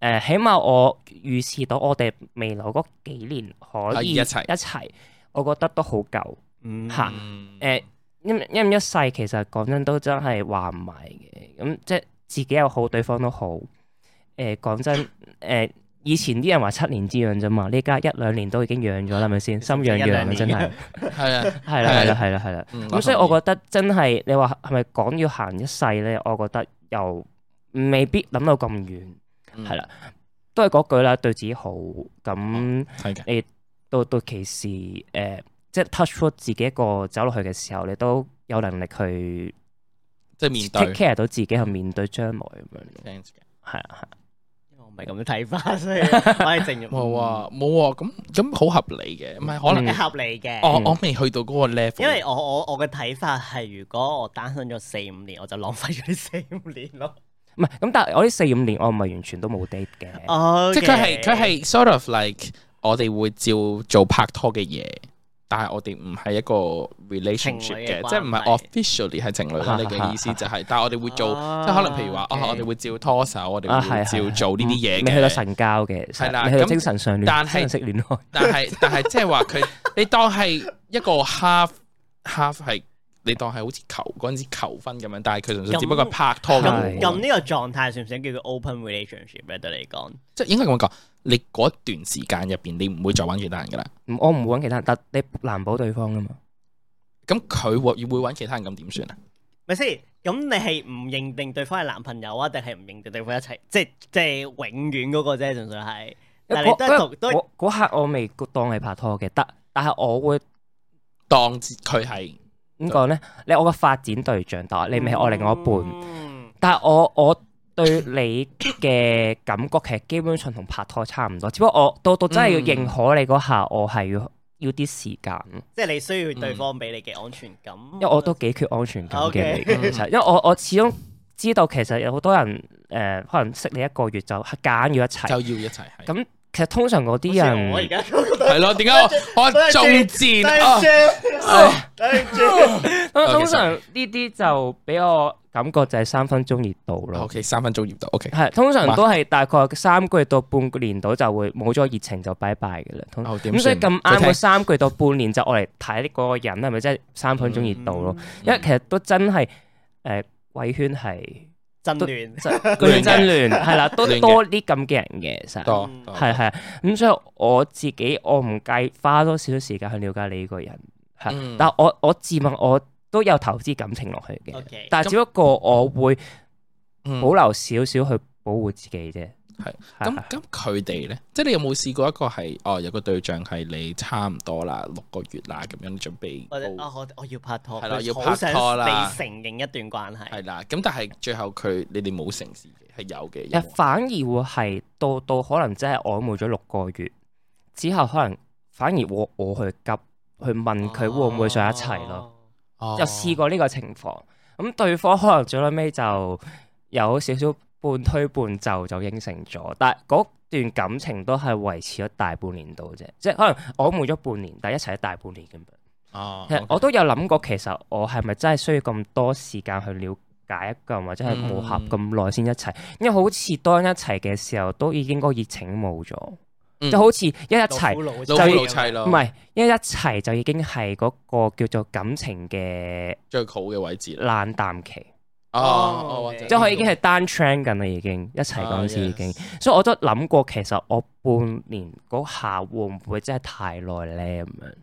誒、起碼我預示到我哋未來嗰幾年可
可以
以
一齊
一齊，我覺得都好夠嚇。
嗯
誒呃因為因為一世其實講真都真係話唔埋嘅，咁即係自己又好，對方都好。誒、呃講真，誒、以前啲人話七年之癢啫嘛，呢家一兩年都已經癢咗啦，係咪先？心癢癢啦，真係
係啊，
[laughs] 係啦，係啦，係啦，係啦。
嗯
咁所以我覺得真係你話係咪講要行一世咧？我覺得又未必諗到咁遠，
同意
係啦，都係嗰句啦，對自己好。咁
係嘅，
到到其時誒、即係 touch wood 自己一個走落去嘅時候，你都有能力去
即係面
take
對
care 到自己去面對將來咁樣咯。
Thanks 嘅。
係啊，係啊
我唔係咁樣睇法，所
[laughs]
以我係正入
冇啊，冇啊，咁咁好合理嘅，唔係可能
嗯
合理嘅。
我我未去到嗰個 level，
因為我我我嘅睇法係，如果我單身咗四五年，我就浪費咗呢四五年
[laughs]
咯。
唔係咁，但係我呢四五年我唔係完全都冇 date 嘅，啊
哦，
即係佢係佢係 sort of like 我哋會照做拍拖嘅嘢，但係我哋唔係一個
情
relationship
侶
嘅
嘅，關係
即係唔係 officially 係情侶
啊
啦。你嘅意思就係，但係我哋會做，
啊
即係可能譬如話，哦
OK，
我哋會照拖手，我哋
啊
會
係係
照做呢啲嘢
未去到
嘅。
神交嘅，
係啦
未去到
咁
精神上戀，
但係
精神式戀愛。
但係但係即係話
[laughs]
佢，你當係一個 half half 係，你當係好似求嗰陣時求婚咁樣，但係佢純粹
咁
只不過係拍拖
咁
係
咁
咁，
呢個狀態算唔算叫做 open relationship 咧？對你講，
即係應該咁講。你嗰段時間入邊，你唔會再揾其他人噶啦。
唔我唔會揾其他人，但你難保對方噶嘛。
咁佢會會揾其他人，咁點算啊？
咪先？咁你係唔認定對方係男朋友啊，定係唔認定對方一齊？即係即係永遠嗰個啫，純粹係。但係你都係同都係
嗰嗰刻我未當係拍拖嘅，得，但係我會
當佢係。
點講咧？你係我個發展對象，但係你未係我另外一半。
嗯
但係我我對你嘅感覺其實基本上同拍拖差唔多，只不過我到到真係
嗯
要認可你嗰下，我係要要啲時間，
即係你需要對方俾你嘅安全感。
因為我都幾缺安全感嘅
OK 嗯
嚟嘅。其實，因為我我始終知道其實有好多人誒、可能識你一個月就揀要一齊。
就要一齊係。
咁其實通常嗰啲
好似我而
人。
家嗰個
係
[laughs]
咯，點解我我
對
中
對
箭啊？
住，
咁通
Okay,
常呢啲就俾我感覺就係三分鐘熱
啊
度咯，
OK，三分鐘醃到。OK，
係通常都係大概三個月到半個年度就會冇咗熱情就拜拜嘅啦。通
哦點
嗯咁所以
算佢
咁啱
聽
個三個月到半年就我嚟睇呢個人係咪真係三分鐘熱度咯？
嗯
因為其實都真係誒貴圈係
真亂。
真
[laughs]
亂真亂係啦，都
亂嘅
多啲咁嘅人嘅其實。
多
嗯
多
係係，咁所以我自己我唔計花多少少時間去了解你呢個人，係，
嗯
但我我自問我都有投資感情落去嘅
OK
但係只不過我會
嗯
保留少少去保護自己啫。
係
係
咁咁佢哋咧，即係你有冇試過一個係哦有個對象係你差唔多啦，六個月啦咁樣準備
或者
報
哦
啊，我我要拍拖，
係啦
佢
要
好
拍
想
拖啦
被承認一段關係，
係啦，咁但係最後佢你哋冇成事嘅係有嘅，有
誒
冇
反而會係到到可能真係曖昧咗六個月之後，可能反而我我去急去問嗯佢會唔會想一齊咯，
哦
有試過呢個情況。咁對方可能最後尾就有少少半推半就就應承咗，但係嗰段感情都係維持咗大半年度啫，即係可能曖昧咗半年，但係一齊咗大半年咁樣。
哦
其實我都有諗過，其實我係咪真係需要咁多時間去了解一個人，或者係磨合
嗯
咁耐先一齊？因為好似當一齊嘅時候，都已經個熱情冇咗，
嗯
就好似一一齊，
老夫
老
就
夫
要
老妻咯，
唔係一一齊就已經係嗰個叫做感情嘅
最好嘅位置啦。
冷淡期，
哦，
哦
或者
即係我已經係單 train 緊啦，已經一齊嗰陣時已經，所以我都諗過，其實我半年嗰下會唔會真係太耐咧咁樣？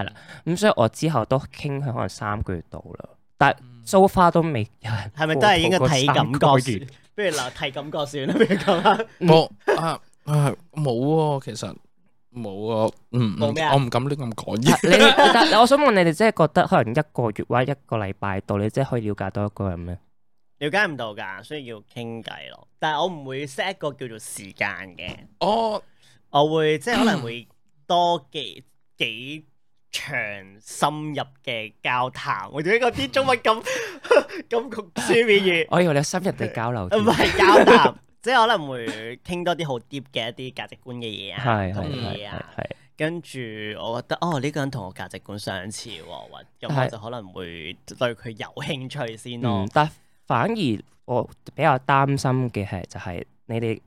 係啦，咁所以我之後都傾向可能三個月到啦，但係 so far 都未有 [laughs] 人
係咪
過
都係應該
嗯過
睇
三
感
個
覺
月
算？啊
嗯
不如嗱睇感覺算啦，不如咁啦。
冇啊啊冇喎，其實冇啊，嗯，
冇
唔
咩啊
我唔敢亂咁講
啊
嘢。[laughs]
[laughs] 你但我想問你哋，即係覺得可能一個月或者一個禮拜到，你即係可以了解到一個人咩？
了解唔到㗎，所以要傾偈咯。但係我唔會 set 一個叫做時間嘅，
[laughs]
我
我會即係可能
[clears throat]
會多幾幾長深入嘅交談。我點解啲中文咁 [laughs] 咁咁書面語？
[laughs] 我以為你有深入地交流 [laughs] 添，
唔係交談， [laughs] 即係可能會傾多啲好 deep 嘅一啲價值觀嘅嘢啊，
係
唔
係
同
係
嘅嘢
係
啊。
係。
跟住我覺得哦，呢個人同我價值觀相似喎，或咁我
係
就可能會對佢有興趣先咯
嗯。，但反而我比較擔心嘅係就係你哋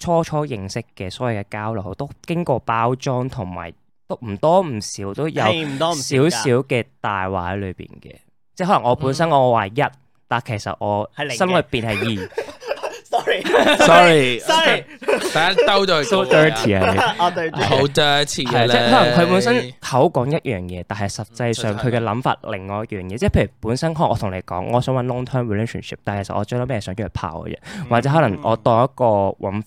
初初認識嘅所謂嘅交流，都經過包裝同埋都唔多唔少都嗯有
係唔多唔少
少
㗎嗯
少嘅大話喺裏邊嘅，即係可能我本身我話一，但其實我
係零嘅
心裏邊係二
sorry
sorry，
sorry，
大家兜咗去
，so
高位啊
dirty 啊！
[laughs]
你
我對住
好 dirty
係
嘅
即係
咧。
可能佢本身口講一樣嘢，但係實際上
嗯
佢嘅諗法另外一樣嘢。即係譬如本身可能我同你講，我想揾 long term relationship，但係其實我最嬲尾係想約炮嘅
嗯
啫，或者可
嗯
能我當一個揾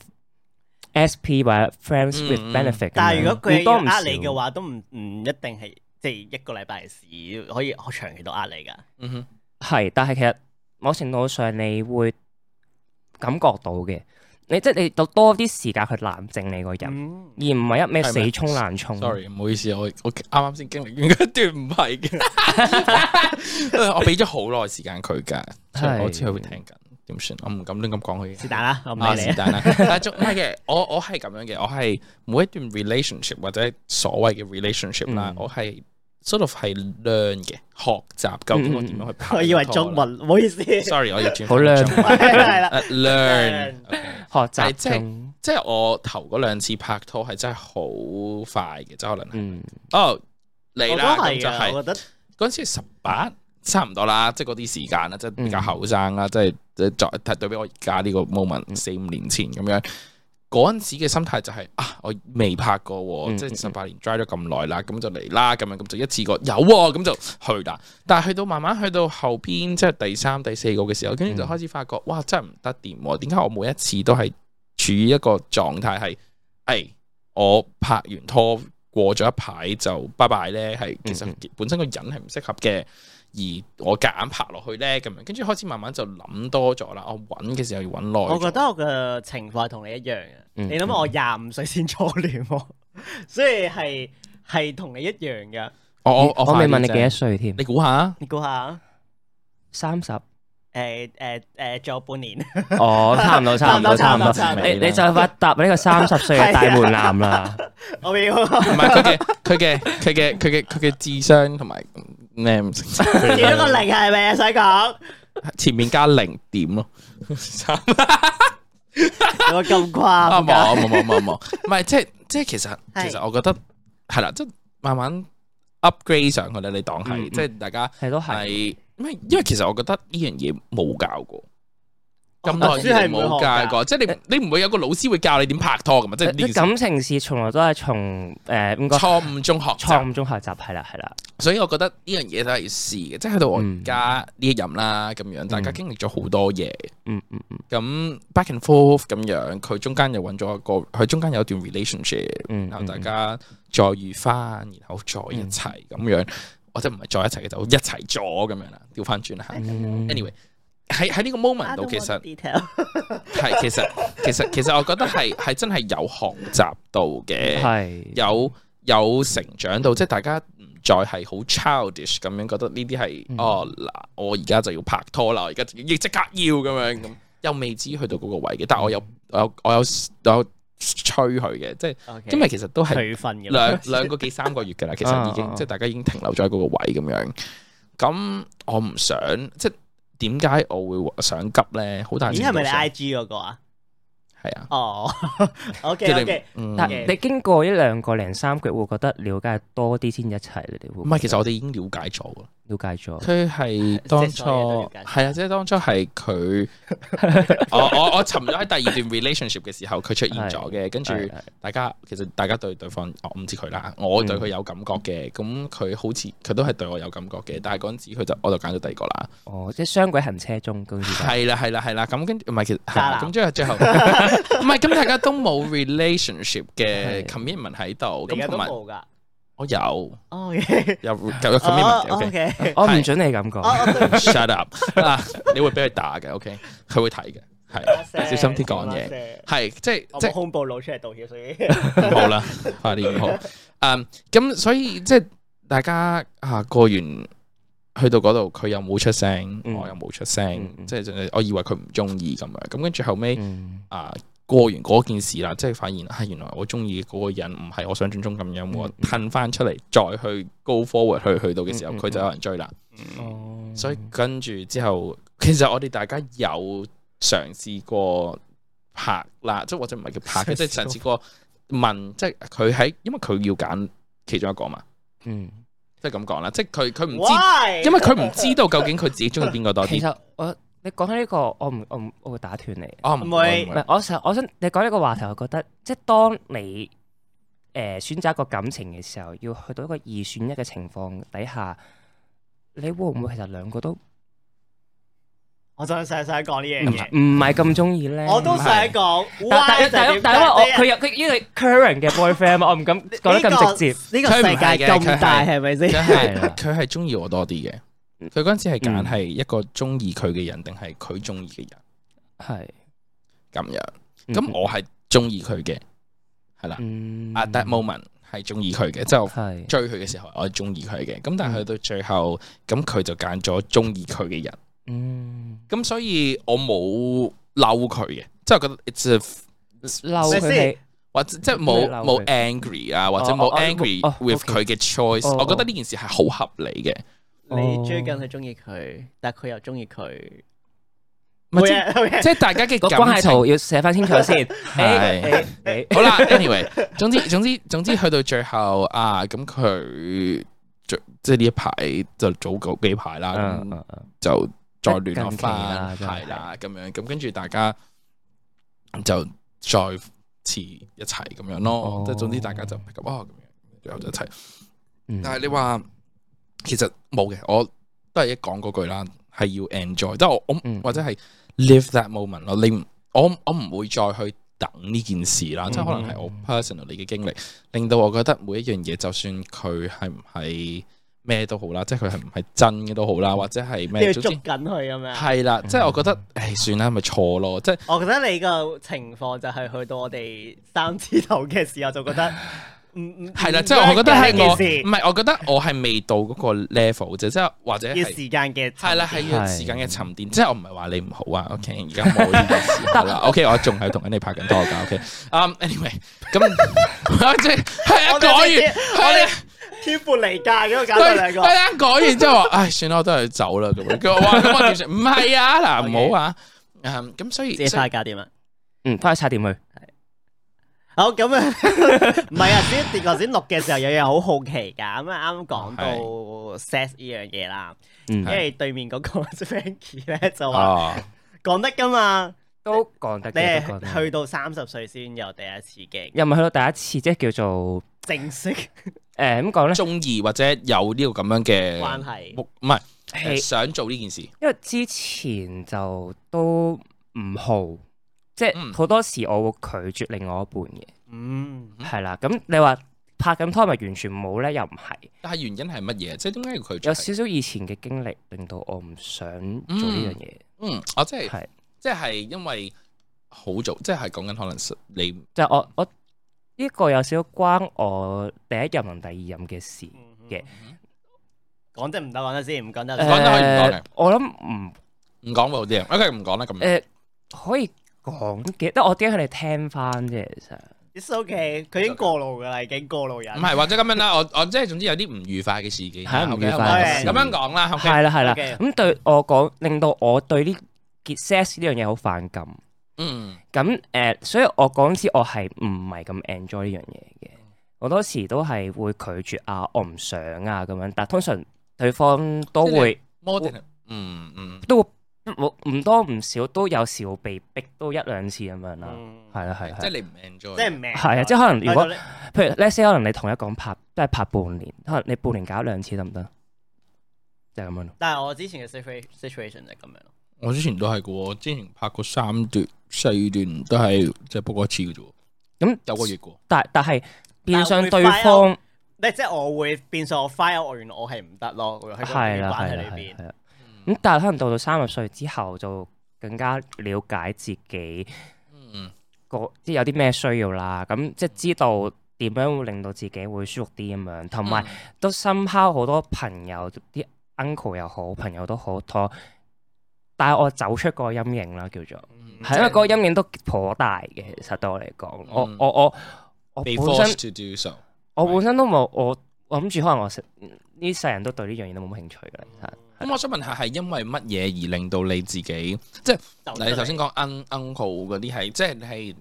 SP 或者 friends
嗯
with
嗯
benefit 咁樣。
但係如果佢
唔多
要
唔
呃
少
你嘅話，都唔唔一定係即係一個禮拜嘅事，可以 [laughs] 長期都呃你㗎。
嗯哼
係，但係其實某程度上你會感覺到嘅，你即係你就多啲時間去冷靜你個人，
嗯
而唔係一咩
係
死
咩
衝爛衝。
，sorry，唔好意思，我我啱啱先經歷完一段唔係
[laughs]
嘅，我 [laughs] 俾咗好耐時間佢㗎，所以我知佢會聽緊，點算？我唔敢亂咁講佢嘅。
是但啦，我唔
啊，
理你
是
啊。
但啦，但係仲唔係嘅，我我係咁樣嘅，我係每一段 relationship 或者所謂嘅 relationship 啦，
嗯
我係 sort of 係 learn 嘅，學習究竟我點樣去拍拖啦。
[laughs] 嗯我以為
[laughs]
中文，唔好意思。
，sorry，我要
[laughs]
轉
好 learn
係啦
Uh, learn，
學
係
習
即係
中，
即係我頭嗰兩次拍拖係真係好快嘅，即係可能係
嗯，
哦
我
嚟
都
啦，咁
係
就
㗎，
係
我覺得
嗰陣時十八差唔多啦，即係嗰啲時間啦，即係
嗯
比較後生啦，即係即係作睇對比我而家呢個
嗯
moment 四五年前咁樣，嗰陣時嘅心態就係、啊，我未拍過喎，
嗯
即係
嗯
十八年 dry 咗咁耐啦，咁就嚟啦，咁樣咁就一次過有喎、咁就去啦。但係去到慢慢去到後邊，即係第三、第四個嘅時候，跟住
嗯
就開始發覺，哇，真係唔得掂喎！點解我每一次都係處於一個狀態係，誒、哎我拍完拖過咗一排就拜拜咧，係其實
嗯
本身個人係唔適合嘅，而我夾硬拍落去咧咁樣，跟住開始慢慢就諗多咗啦。我揾嘅時候要揾耐咗，
我覺得我嘅情況係同你一樣嘅。
嗯
你諗下，我廿五歲先初戀喎， [laughs] 所以係係同你一樣嘅。
我我
我未問你
快啲
幾多
啫
歲添
你，估下？
你估下？
三十。
誒誒誒，仲有半年。 [laughs]
哦，差唔多，差唔多，差唔多啊
差唔。
多
你你就快踏入 [laughs] 呢個三十歲嘅大門檻啦。
我要
唔係佢
[laughs]
嘅，佢嘅，佢嘅，佢嘅，佢嘅智商同埋嗯咩
[laughs]
唔識
見到個零係咪啊？想講
前面加零點
[laughs]
咯，啊冇冇
有冇咁誇張？
冇冇冇，唔係即係即係其實
係
其實我覺得係啦，即係慢慢 upgrade 上去啦，你當
嗯
係
嗯
即係大家
係都係，
係，因為因為其實我覺得呢樣嘢冇教過。咁耐
讀書係
以嚟
唔會學
冇教過，即係你你唔會有個老師會教你點拍拖噶嘛？即係呢
啲
件事
感情事從來都係從誒唔該
錯誤中學習
錯誤中學習，係啦係啦，
所以我覺得呢樣嘢都係要試嘅，即係去到我而家呢一任啦，咁樣大家經歷咗好多嘢，
嗯嗯嗯
咁 back and forth 咁樣，佢中間又揾咗一個，佢中間有一段 relationship，
嗯，
然後大
嗯
家再遇翻，然後再一齊咁樣，或者唔係再一齊嘅就一齊咗咁樣啦，調翻轉啦嚇。
嗯
anyway 喺喺呢個 moment 度，其實
detail
係其實其實其實我覺得係係真係有學習到嘅。
係
有有成長到，即係大家唔再係好 childish 咁樣覺得呢啲係
嗯
哦嗱，我而家就要拍拖啦，我而家就要即刻要咁樣咁，又未至於去到嗰個位嘅，但係
嗯
我有我有我有我有催佢嘅，即係因為其實都係
佢瞓
[laughs]
嘅
兩兩個幾三個月㗎啦，其實已
啊啊
經
啊
即係大家已經停留咗喺嗰個位咁樣，咁我唔想即係點解我會想急咧？好大
咦
程
係
度
咪你
上
I G 嗰個啊？
係啊，
哦
即係
Ờ. [laughs] ，OK
你
OK，
嗯
但
嗯
你經過一兩個零三個月，會覺得了解多啲先一齊，你哋會
唔係，其實我哋已經了解咗㗎
了解咗。
佢係當初
即係所有嘢都了解
係啊，即係當初係佢，
[laughs]
我我我沉咗喺第二段 relationship 嘅時候，佢出現咗嘅，跟住
係係
大家其實大家對對方，我唔知佢啦，我對佢有感覺嘅，咁佢好似佢都係對我有感覺嘅，但係嗰陣時佢就我就揀咗第二個啦，
哦，即係雙軌行車中，居然就
係啦係啦係啦，咁跟住唔係其實係
渣
啦
男
咁最後最後
[laughs]
唔係咁大家都冇 relationship 嘅
係
commitment 喺度，
你
咁
而家
同
都
埋
冇噶。
我有
哦，OK，Ờ,
有有 commitment 嘅
哦
，OK。
，OK，Ờ,
我唔
係
准你咁講。
哦，對唔
shut up 啊！你會俾佢打嘅，OK？佢會睇嘅，係小心啲講嘢，
嘢。
係即係
我
即
冇
係
恐怖佬出嚟道歉，所以
唔好啦，快啲唔好。嗯，咁所以即係大家啊過完去到嗰度，佢又冇出聲，
嗯
我又冇出聲
嗯，嗯
即係我以為佢唔中意咁樣，咁跟住後尾
嗯
啊。過完嗰件事啦，即係發現啊，原來我中意嗰個人唔係我想象中咁樣，我
嗯嗯
褪翻出嚟再去 go forward 去去到嘅時候，
嗯嗯
佢就有人追啦。
哦
所以跟住之後，其實我哋大家有嘗試過拍啦，即係或者唔係叫拍嘅，即係嘗試過問，即係佢喺，因為佢要揀其中一個嘛，
嗯，
即係咁講啦，即係佢佢唔知，
why？
因為佢唔知道究竟佢自己中意邊個多
其
啲。
實我你講起呢個，我唔我唔我會打斷你。
哦，唔會
唔
唔
唔
會
係，我想我想你講呢個話題，我覺得即係當你誒、呃、選擇一個感情嘅時候，要去到一個二選一嘅情況底下，你會唔會其實兩個都唔
我真係想想講呢樣嘢，
唔係咁中意咧？
我都想講。
但
why 就係
但但
點
但因為我
解
佢有佢因為 current 嘅 boyfriend 嘛，我唔敢講得咁直接。
呢個呢個世界咁大
佢唔係嘅佢係
係啊咪先？
佢
係
係
啦
佢係中意我多啲嘅。
嗯
佢嗰陣時係
嗯
揀係一個中意佢嘅人，定係佢中意嘅人
係
咁樣。咁我係中意佢嘅，係啦。
嗯
At that moment 係中意佢嘅，即係我
係
追佢嘅時候，我係中意佢嘅。咁但係去到最後，咁佢就揀咗中意佢嘅人。
嗯
咁所以我冇嬲佢嘅，即係我覺得 it's a
嬲
咪
佢
先
哋
或者即係
咩
冇
嬲
冇
佢
angry 啊，或者
哦
冇
哦哦
angry
哦
with 佢
okay
嘅 choice。
哦
我覺得呢件事係好合理嘅。
你追緊佢中意佢，但係佢又中意佢，
唔係
冇
即係
嘢冇嘢
即係大家嘅
個關
感
係
情
圖要寫翻清楚先。
係。
誒誒
好啦，anyway，總之總之總之去到最後啊，咁佢最即係呢一排就早嗰幾排啦。咁
嗯嗯嗯
就再聯絡
得
翻，
近期啦
係啦咁樣，咁跟住大家就再次一齊咁樣咯
哦，
即係總之大家就 pick up 哦咁樣，最後就一齊。
嗯
但係你話其實冇嘅，我都係一講嗰句啦，係要 enjoy，即係我我
嗯
或者係 live that moment 咯。你唔我我唔會再去等呢件事
嗯
啦，即係可能係我 personally 嘅經歷，令到我覺得每一樣嘢，就算佢係唔係咩都好啦，即係佢係唔係真嘅都好啦，或者係
嗯你
咩，
要
總
捉啊嗯
之
緊佢咁樣。
係啦，即係我覺得，唉，算啦，咪錯咯，即係
我覺得你個情況就係去到我哋三字頭嘅時候，就覺
[laughs]
得唔唔
係啦，
嗯唔
即係我覺得係我
呢件
唔
事
係，我覺得我係未到嗰個 level 啫，即係或者
要
嗯係
時間嘅
係啦，係要
係
時間嘅沉澱，即係我唔係話你唔好啊，OK，而家冇呢件事好
[laughs]
啦，OK，我仲係同緊你拍緊拖㗎，OK，嗯，anyway，咁即係係啊，
我
講 [laughs]
哋直接
完係啊。
天撥離間嗰個搞到
佢
兩個
佢。啱講完之後話，唉，算啦，我都係走啦咁樣。佢話哇咁我點算？唔係啊，嗱，唔好啊。嗯咁所以
自己晒搞掂啦。啊
嗯，翻去插電去。
好咁啊， [laughs] 唔係啊，先跌頭先錄嘅時候有嘢好好奇㗎，咁啊啱啱講到
哦
sex 呢樣嘢啦，因
嗯，
為對面嗰個 [laughs] Frankie 咧就話
啊，
講得㗎嘛，
都講得
你
嘅，都講得
係去到三十歲先有第一次嘅
又唔係去到第一次，即係叫做
[laughs]
正式
誒咁講咧，
中意或者有呢個咁樣嘅
關係，
唔係
係
想做呢件事，
因為之前就都唔好，即
嗯
係好多時我會拒絕另外一半嘅，
嗯。
係啦。咁你話拍緊拖咪完全冇咧？又唔係，
但係原因係乜嘢？即係點解要佢
有
做？
少少以前嘅經歷令到我唔想做呢樣嘢，
嗯，我即係
係
即係因為好早，即係講緊可能你
就係我我呢個有少少關我第一任同第二任嘅事。
嗯
嘅
講得唔得？講得先，唔講得
誒講得可以唔講嘅
誒我諗唔
唔講會好啲。OK，唔啊講啦咁。
誒可以講嘅，得我驚佢哋聽翻啫，其實。
It's okay，佢已經過路㗎啦，已經過路人
唔。係，或者咁樣啦，我我即係總之有啲唔愉快嘅事件啦，
係啊唔
OK，
愉快
嘅事
咁樣講啦，OK，
係啦係啦，
OK
咁對我講，令到我對呢結 sex 呢樣嘢好反感。
嗯，
咁誒、呃所以我嗰陣時我係唔係咁 enjoy 呢樣嘢嘅，好多時都係會拒絕啊，我唔想啊咁樣。但通常對方都
即係你
會
modern，嗯嗯，
都會唔多唔少都有時會被逼都一兩次咁樣啦，
嗯
係啦係啦
即係。你唔 enjoy，
即係命。
係啊，即係可能如果
係
譬如 let's say 可能你同一個人拍都係拍半年，可能你半年搞一兩次得唔得？就係咁樣咯。
但係我之前嘅 situa- situation 就係咁樣咯。
我之前都係嘅喎，之前拍過三段、四段都係即係 book 過一次嘅啫喎，
咁
九個月嘅喎。
但但係變相對
但
啊
會快
方
唔係即係我會變相我 file 我原來我係唔得咯，我喺個
係啦
關
係
係
啦
裏
係啦
邊。嗯
係啦。咁但係可能到到三十歲之後就更加了解自己
嗯，
個即係有啲咩需要啦。咁即係知道點樣會令到自己會舒服啲咁樣，同
嗯
嗯
埋。都深敲好多朋友啲 uncle 又好，朋友都好，同我帶我走出個陰影啦，叫做
嗯
係因為嗰個陰影都頗大嘅，其實對我嚟講，我
嗯
我我我
被
本
forced
身
to do so，
我本身都冇我我諗住可能我成呢世人都對呢樣嘢都冇乜興趣
嗯
嘅啦，其實
咁我想問下，係因為乜嘢而令到你自己，即係嗱，你頭先講 un uncle 嗰啲係，即係你係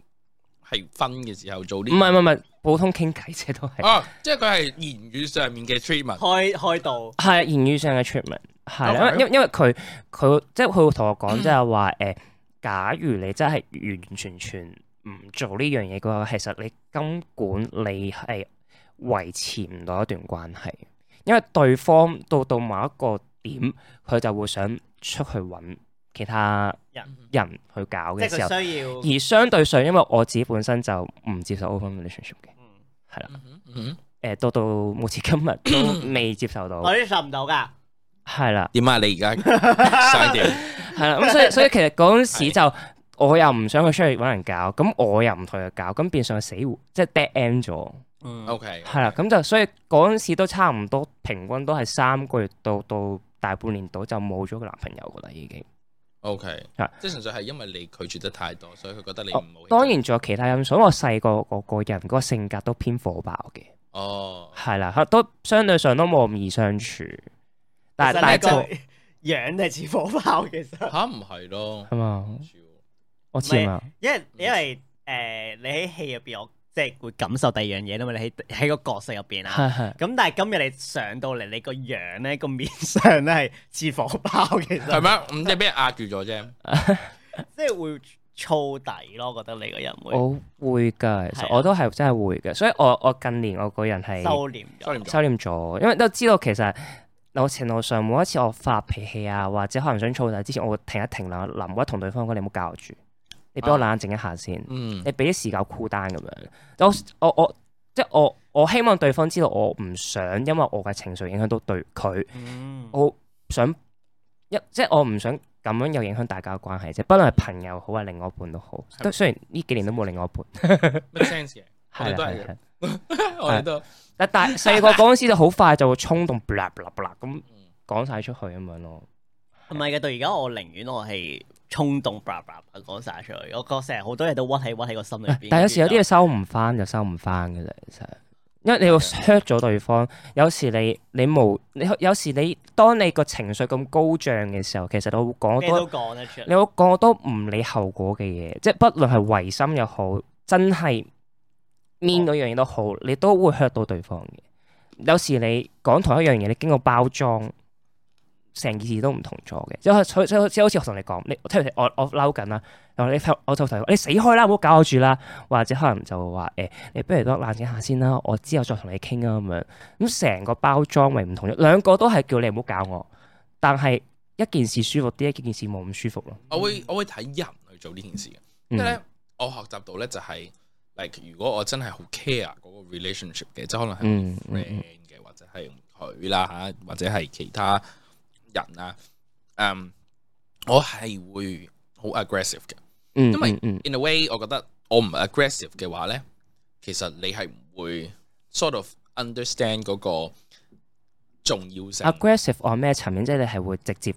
係分嘅時候做
唔
啲，
係唔係唔係普通傾偈啫，都
哦
係
啊，即係佢係言語上面嘅 treatment。
開開到
係言語上嘅 treatment 係
哦
啦，
Okay
因為因為因為佢佢即係佢會同我
嗯
講，即係話誒，假如你真係完完全全唔做呢樣嘢嘅話，其實你根本你係維持唔到一段關係，因為對方到到某一個點，佢就會想出去揾其他人去搞
即係
嘅時候，
佢需要。
而相對上，因為我自己本身就唔接受 open relationship 嘅，
嗯
係啦，
嗯嗯
誒呃到到目前今日都未接受到，
嗯我都受唔到㗎，
係啦。
點啊？你而家想點？
系啦，
[laughs]
咁所以所以其實嗰陣時就我又唔想佢出去揾人搞，咁我又唔同佢搞，咁變相死胡即係 dead end 咗，
嗯，
OK，
係啦，咁就所以嗰陣時都差唔多平均都係三個月到到大半年度就冇咗個男朋友噶啦已經。
OK，
係
即係純粹係因為你拒絕得太多，所以佢覺得你
哦
唔好。
當，然仲有其他因素，因為我細個個個人嗰個性格都偏火爆嘅，
哦，
係啦，都相對上都冇咁易相處，但係
其實
但係
你個
就
樣係似火爆，其實。
吓唔係咯
係？嘛，我知啊嘛，
因為因為誒你喺戲入邊，我即係會感受第二樣嘢啦嘛。你喺喺個角色入邊啊。
係係。
咁但係今日你上到嚟，你個樣咧個面上咧係似火爆，其
係
實
咩？咁即係俾人壓住咗啫。
即係會燥底咯。我覺得你個人會
我會㗎，其
係啊
實我都係真係會嘅，所以我我近年我個人係
收斂咗。
sorry 唔
收斂咗，因為都知道其實某程度上每一次我發脾氣啊，或者可能想燥底之前，我會停一停諗一諗，或者同對方講你唔好教我住，你俾我冷靜一下先，
嗯
你俾啲時間 cool down 咁樣。我我我即係我我希望對方知道我唔想因為我嘅情緒影響到對佢，
嗯，
我想一即係我唔想。咁樣又影響大家嘅關係啫，不論係朋友好，係另外一半都好。都雖然呢幾年都冇另外一半，
，make sense 嘅，我哋
係啊
都係
係啊
嘅， [laughs] 我哋都
但但細個嗰陣時就好快就會衝動， [laughs] 啦啦啦
嗯
咁講晒出去咁樣咯。
唔係嘅。到而家我寧願我係衝動，叭叭叭講晒出去。我覺成日好多嘢都屈喺屈喺個心裏邊。
啊但有時有啲嘢收唔翻就收唔翻嘅啫，其實，因為你會
啊
hurt 咗對方。有時你你無你有時你當你個情緒咁高漲嘅時候，其實我會講好
咩都
多，
講得出嚟。
你會講好多唔理後果嘅嘢，即係不論係違心又好，真係 mean 嗰樣嘢都好，你都會 hurt 到對方嘅。有時你講同一樣嘢，你經過包裝，成件事都唔同咗嘅。即係好似即係好似我同你講，你即係我我嬲緊啦，然後你我就同你講你死開啦，唔好搞我住啦，或者可能就話誒、你不如都冷靜下先啦，我之後再同你傾啊咁樣。咁成個包裝咪唔同咗，兩個都係叫你唔好搞我，但係一件事舒服啲，一件事冇咁舒服咯。
我會我會睇人去做呢件事嘅，因
嗯
為咧我學習到咧就係，like 如果我真係好 care 嗰個 relationship 嘅，即係可能係
嗯嗯
friend 嘅，或者係佢啦吓，或者係其他人啊，嗯，我係會好 aggressive 嘅。
嗯，
因為
嗯嗯
in a way，我覺得我唔係 aggressive 嘅話咧，其實你係唔會 sort of understand 嗰個重要性。
aggressive on 咩層面，即係你係會直接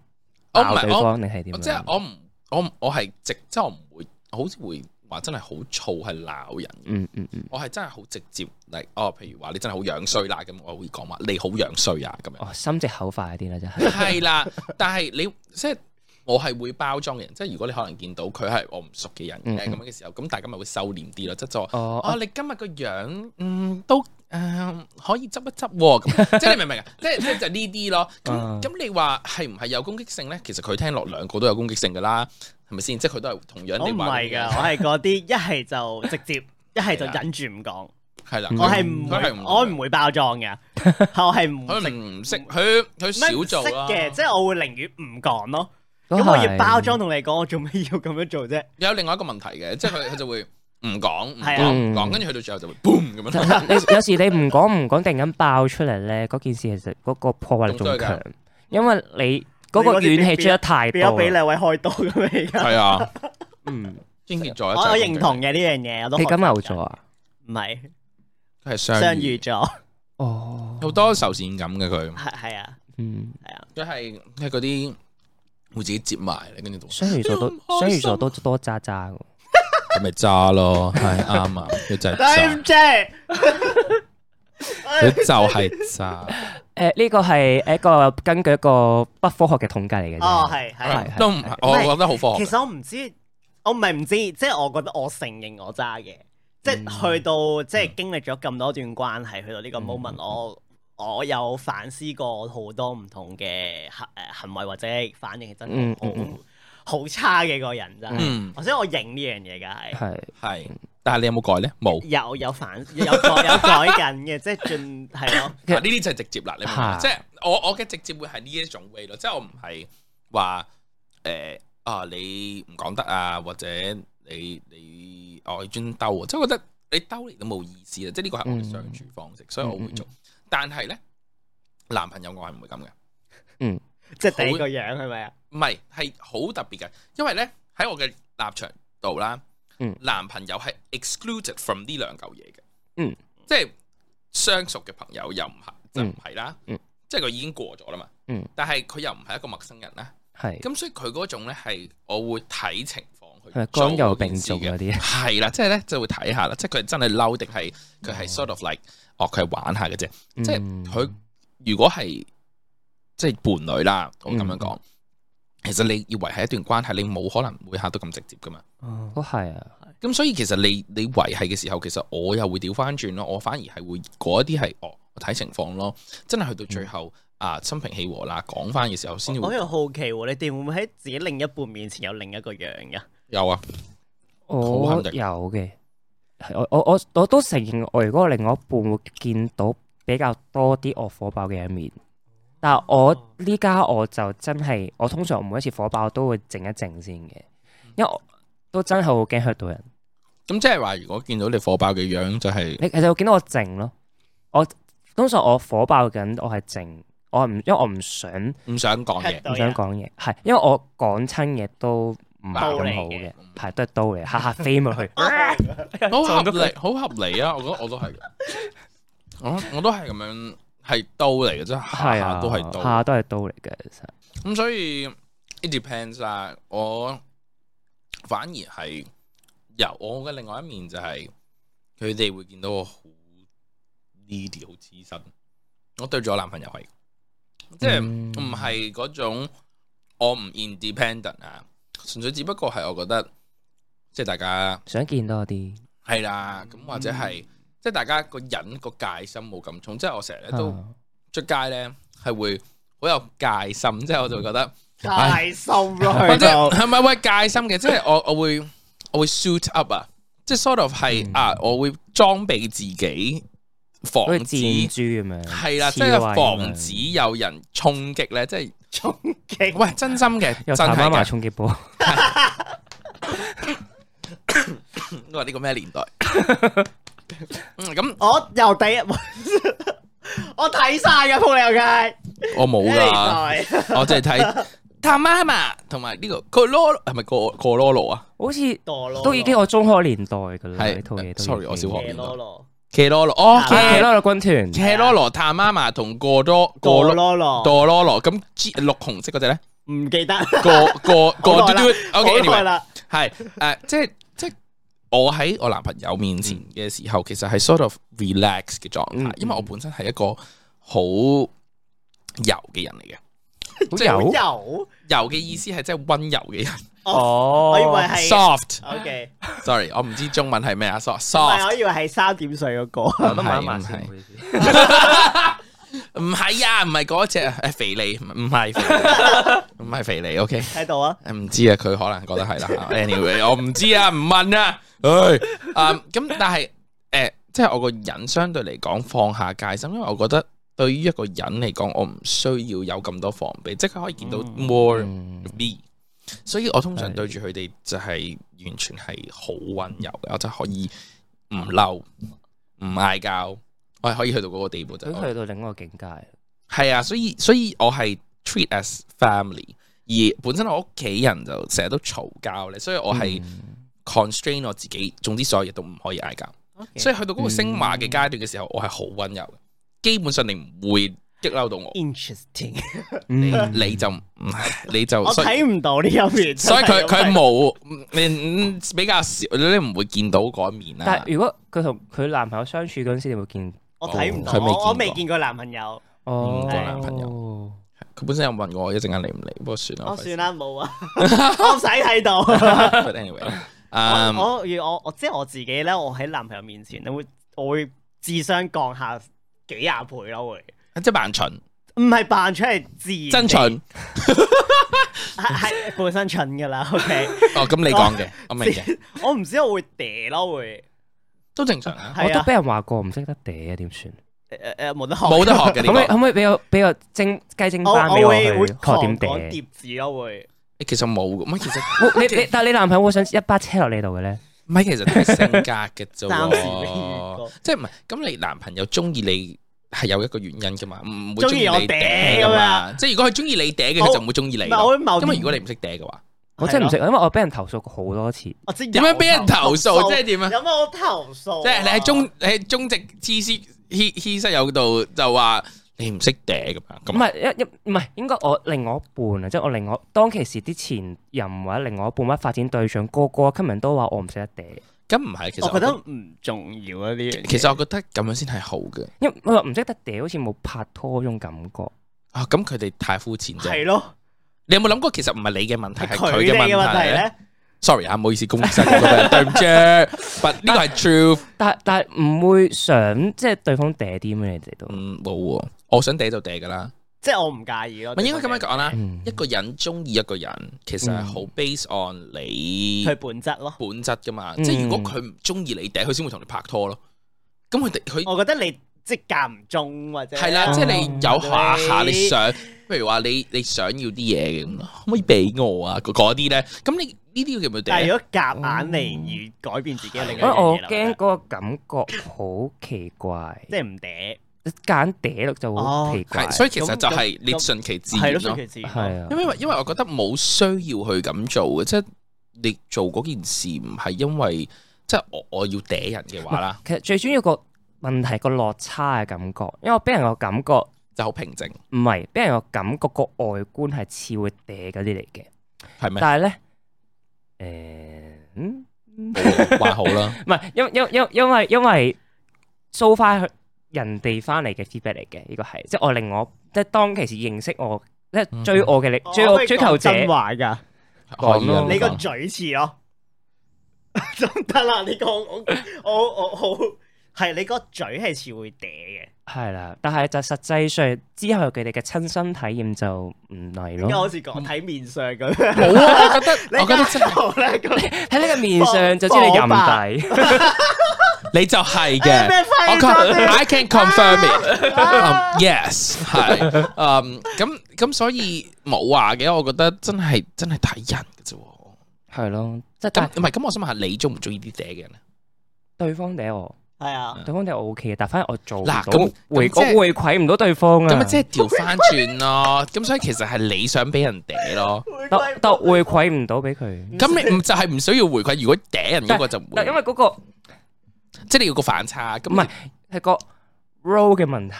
哦我唔
鬧對
係我
方，你係點
我
樣？
即係我唔我唔我係直，即係我唔會好似會話真係好燥係鬧人。
嗯嗯嗯，
我係真係好直接嚟哦，譬如話你真係好樣衰啦，咁我會講話你好樣衰啊咁樣。 [laughs]
哦，心直口快啲啦，真係。
係啦，但係你即係我係會包裝嘅人，即係如果你可能見到佢係我唔熟嘅人
嗯
嘅咁樣嘅時候，咁大家咪會收斂啲咯，即係就話
哦，
哦，你今日個樣嗯都誒、可以執一執喎，
[laughs]
咁即係你明唔明啊？即係即係就呢啲咯。
啊
咁咁你話係唔係有攻擊性咧？其實佢聽落兩個都有攻擊性噶啦，係咪先？即係佢都係同樣
我
地
唔
話
係㗎，我係嗰啲一係就直接，一係就忍住唔講。
係啦。
嗯
我係唔
佢係
會
唔
我唔會包裝嘅，我係唔
佢
食
唔識，佢佢
唔
少
識
做啊啦。
嘅，即係我會寧願唔講咯。
都
咁我要
哦係
包
[laughs]
裝同你講，我做咩要咁樣做啫？
有另外一個問題嘅，即係佢佢就會唔講唔
係啊
講唔講，跟住去到最後就會 boom 咁樣。
你有時你唔講唔講，突然間爆出嚟咧，嗰件事其實嗰個破壞力仲
仲衰
強
㗎，
因為你嗰個怨氣出得太
變
多
咗俾
啦。
兩位開刀咁樣而
[laughs]
家。
係啊， [laughs]
嗯，
天蝎座一
我
陣
我認同嘅呢樣嘢，我都
你
學
金牛座啊？
唔係
佢係
雙
雙
魚
魚，
座，
哦，
好多愁善感嘅佢，
係係啊。
嗯，
佢係係嗰啲會自己接埋你，跟住讀
雙魚座
你唔
都
開
雙
心
魚座都多渣渣嘅。
咁咪渣咯，係啱啊，佢
[laughs]
就係
對唔
渣，
[laughs]
住，
佢就係渣，
誒，呢個係一個根據一個不科學嘅統計嚟嘅啫。
哦係係。
係
都唔
係
係，我覺得好科
其
學。
實我唔知，我唔係唔知，即係我覺得我承認我渣嘅，即
嗯
係去到即係經歷咗咁多段關係，去到呢個 moment，我我有反思過好多唔同嘅行誒行為或者反應，真
嗯嗯
係好好差嘅個人真係。
嗯，
或者我認呢樣嘢㗎係。
係
係，但係你有冇改咧？冇。
有有反有改有改緊嘅，即係盡係咯，
啊嗱，呢啲就係直接啦，你明唔明啊
嚇
即係我我嘅直接會係呢一種 way 咯，即係我唔係話誒啊你唔講得啊，或者你你我專兜啊，即係我覺得你兜嚟都冇意思啊，即係呢個係我嘅相處方式，所以我會做。但係咧，男朋友我係唔會咁嘅，
即係第一個樣係咪啊？
唔係係好特別嘅，因為咧喺我嘅立場度啦，
嗯
男朋友係 excluded from 呢兩嚿嘢嘅，
嗯，
即係相熟嘅朋友又唔係就唔係啦，
嗯
即係佢已經過咗啦嘛，
嗯
但係佢又唔係一個陌生人啦，
係
咁所以佢嗰種咧係我會睇情況去
係咪
做
剛柔
嗰件
並
事
重啊
嘅，
嗰啲？
係啦，即係咧就會睇下啦，即係佢真係嬲定係佢係 sort of like 哦佢係玩下嘅啫。即係
嗯
佢如果係即係伴侶啦，我咁
嗯
樣講，其實你要維係一段關係，你冇可能每下都咁直接噶嘛。
都係啊，
咁所以其實你你維係嘅時候，其實我又會調翻轉咯，我反而係會嗰一啲係哦我睇情況咯，真係去到最後、
嗯
啊心平氣和啦，講翻嘅時候先
我
會
又好奇喎，你哋會唔會喺自己另一半面前有另一個樣㗎？
有啊，
我
好
有
肯定
嘅。係我我我我都承認，我如果另外一半會見到比較多啲我火爆嘅一面，但係
哦
我呢家我就真係，我通常每一次火爆都會靜一靜先嘅，
嗯
因為我都真係好驚嚇到人。
咁即係話如果見到你火爆嘅樣，就係、
你其實會見到我靜咯，我通常我火爆緊，我係靜，我唔因為我唔想唔
唔想講嘢，
對
想
啊
講嘢，係因為我講親嘢都唔係
刀嚟
咁好
嘅
嘅，係都係刀嚟，下下飛
[laughs]
埋去。
[laughs]
好合理，好合理啊！我覺得我都係嘅，我我都係咁樣係刀嚟嘅啫，下
係啊，
下都係刀。
下都係刀嚟嘅，其實
咁所以 it depends 啦。我反而係由我嘅另外一面就係佢哋會見到我好呢啲好黐身。我對住我男朋友係，即係
嗯
唔係嗰種我唔 independent 啊，純粹只不過係我覺得即係大家
想見多啲，
係啦，咁或者係、
嗯
即係大家個人個戒心冇咁重，即係我成日咧都
啊
出街咧係會好有戒心，即係我就會覺得。
[laughs] 太深咯，
或
去
者
到。
係咪喂戒心嘅？即係我我會我會 uh, suit up 啊，即係 sort of 係、
嗯
啊，我會裝備自己，防
好似
止
箭豬咁樣，啊
係啦，
刺
即係
蝟咁
防
樣
止有人衝擊咧。即係
[laughs] 衝擊
喂，真心嘅，
有
真
彈
係
翻埋
嘅。
衝擊波，
[laughs] 我話呢個咩年代？ [laughs] 嗯咁
我由第一，我睇晒噶，扑你個街，
我冇噶，
呢代
我淨係睇 Tamama 同埋呢個 Cololo 係咪 Col Cololo 啊？
好似
墮落
都已經我中學年代噶啦，
係
呢套嘢都已經。
sorry，我小學
嘢咯咯，
Cololo 哦
啊奇
，Cololo
洛洛
[laughs]
軍團
Cololo Tamama 同 Cololo
墮
Cololo
落咯，
Cololo 咁 G 綠紅色嗰只咧？
唔記得，
個個個
好
嘟
耐啦
嘟
好
，OK
耐
anyway À,
啦，
係誒，即係即係我喺我男朋友面前嘅時候，其實係 sort of relax 嘅狀態
嗯，
因為我本身係一個好柔嘅人嚟嘅，即係
有
有，
柔嘅意思係即係温柔嘅人
哦，
我以為係
，soft。
O K，
Sorry，我唔知中文係咩啊，soft
唔係
soft。Ờ,
我以為係三點水嗰個， [laughs]
我都問一問
唔係唔
先，
係
唔好意思。
唔係啊，唔係嗰只诶肥利，唔係肥利唔係肥利，OK。
睇到啊，
唔知啊，佢可能覺得係啦。anyway，我 [laughs] 唔知啊，唔問啊。唉，啊咁，但係诶、誒即係我個人相對嚟講放下戒心，因為我覺得對於一個人嚟講，我唔需要有咁多防備，即係佢可以見到
嗯
more
嗯
me。所以我通常
係
對住佢哋就係完全係好温柔嘅，我就可以唔嬲，唔嗌交，我係可以去到嗰個地步就
佢去到另一個境界，
係啊，所以所以我係 treat as family，而本身我屋企人就成日都嘈交咧，所以我係
嗯
constrain 我自己，總之所有嘢都唔可以嗌交。所以去到嗰個升華嘅階段嘅時候，我係好温柔嘅，基本上你唔會激嬲到我，
[laughs] interesting，
你
嗯
你就唔 [laughs] 你就
我
哦所以
睇唔到呢一面，
所以佢佢
真係
冇你你比較少，你唔會見到嗰一面啊
但
啦。
係如果佢同佢男朋友相處嗰陣時，你會見
我睇唔到，
哦佢未見過
我我未見過男朋友，
哦
個男朋
友。
佢本身有問我一陣間嚟唔嚟，不過算啦。
我
費事
算。啦冇啊，我唔使睇
[laughs]
到。
But anyway，嗯
我我我我即係我自己咧，我喺男朋友面前咧會我會智商降下幾廿倍咯，會
啊即係扮蠢，
唔係扮出嚟自然地
真蠢。
係係本身蠢
[laughs]
噶啦，OK，
哦，咁你講
[laughs]
嘅，我明嘅。
我唔知我會嗲咯，會
都正常啊，
我
係
都
啊，
俾人話過唔識得嗲啊，點算？
誒誒冇得學，
冇得學嘅
可唔可以
呢
可
個。
唔可以俾我俾我蒸雞蒸
我
班俾
我
我
會會
去學
狂
點
講
嗲？
疊字咯，會
[laughs] 其實冇嘅，唔係其實
我你你但係你男朋友會想一巴車落你度嘅咧？
唔係其實都係性格嘅啫
暫時未遇
喎
[laughs] 過，
即係唔係咁你男朋友中意你係有一個原因噶嘛，唔會
鍾
中
意
意
我
你嗲噶嘛，即係如果佢中意你嗲嘅，佢
我
就唔會中意你
唔係
咯。
我會某
因為如果你唔識嗲嘅話，
我真係唔識，因為我俾人投訴過好多次。
我知
點樣俾人投訴？即係點啊？
有冇投訴啊？
即係你喺中你喺中直黐絲黐黐室友度就話你唔識嗲咁樣，
唔
咁啊
係一一唔係應該我另外一半啊，即係我另外當其時啲前任或者另外一半或者發展對象，個個吸人都話我唔識得
咁
嗲，
唔係其實
我覺得唔重要啊呢樣嘢，
其實我覺得咁樣先係好嘅
因為我話唔識得嗲，好似冇拍拖嗰種感覺。
啊！咁佢哋太膚淺啫
係。咯，
你有冇諗過其實唔係你嘅問題，係
係佢
佢嘅
哋嘅問
問題
題
咧？
咧。
sorry 啊，唔好意思，公司咁多人，對唔住。
[laughs]
但呢個係 true，
但但係唔會想即係對方嗲啲咩？你哋都
嗯冇喎，我想嗲就嗲噶啦。
即係我唔介意咯。
咪應該咁樣講啦，
嗯
一個人中意一個人，其實係好 based on 你
佢本質咯。
本質噶嘛。
嗯
即係如果佢唔中意你嗲，佢先會同你拍拖咯。咁佢哋佢
我覺得你即係間唔中或者
係啦，即係你有下下
你
你想，譬如話你你想要啲嘢咁，可唔可以俾我啊？嗰嗰啲咧，咁你呢啲叫唔叫
但係
嗲啊？
如果夾硬嚟而改變自己嘅另一
因為
樣
我
嘢啦，
驚嗰個感覺好奇怪，
即係唔嗲，
揀嗲落就會好奇怪。
係，所以其實就
咁
係你
咁
順其自
係
然
咯，
咯
哦所以。其次
係啊
因，為因為我覺得冇需要去咁做嘅，即係你做嗰件事唔係因為即係我我要嗲人嘅話
[laughs]
啦，
其實最主要個問題係個落差嘅感覺，因為我俾人個感覺。
就好平靜
唔係，俾人個感覺個外觀係似會嗲嗰啲嚟嘅，
係咪？
但係咧，誒、嗯，
冇還好啦，
唔係，因因因因為因為 so far 人哋翻嚟嘅 feedback 嚟嘅，呢個係即係我令我即係當其時認識我，即係追我嘅你、
我
追
嗯哦可唔可
我
以
追
講
求者，
真話
可
㗎，
以啊
[laughs] 講咯
你個
講
嘴似咯， [laughs] 咁得啦，你個我我我好係你個嘴係似會嗲嘅，
係啦，但係就實際上之後佢哋嘅親身體驗就唔係
因為
咯，
好似講睇面相咁樣。
冇啊！
[laughs]
我覺得
你
我覺得真係
好咧咁，
喺你個面上就知你
火爆
淫底，
你就係
[laughs]
哎咩
嘅。
反
我
應
con-
咗先
I can confirm it. Um, yes，係。嗯，咁咁所以冇話嘅，我覺得真係真係睇人嘅啫喎。
係咯，即係但係
咁唔係咁，我想問下你中唔中意啲嗲嘅人咧？
對方嗲我。
係
[laughs]
啊，
對方就 O K 嘅，但反而我做唔
嗱
到
咁
回
咁即係
我回饋唔到對方啊。
咁咪即係調翻轉咯。咁所以其實係你想俾人嗲咯。
但但回饋唔到俾佢，
[laughs] 咁你唔就係唔需要回饋？如果嗲人嗰個就唔會
但，因為嗰個唔
即係你要個反差。咁
係係個 role 嘅問題，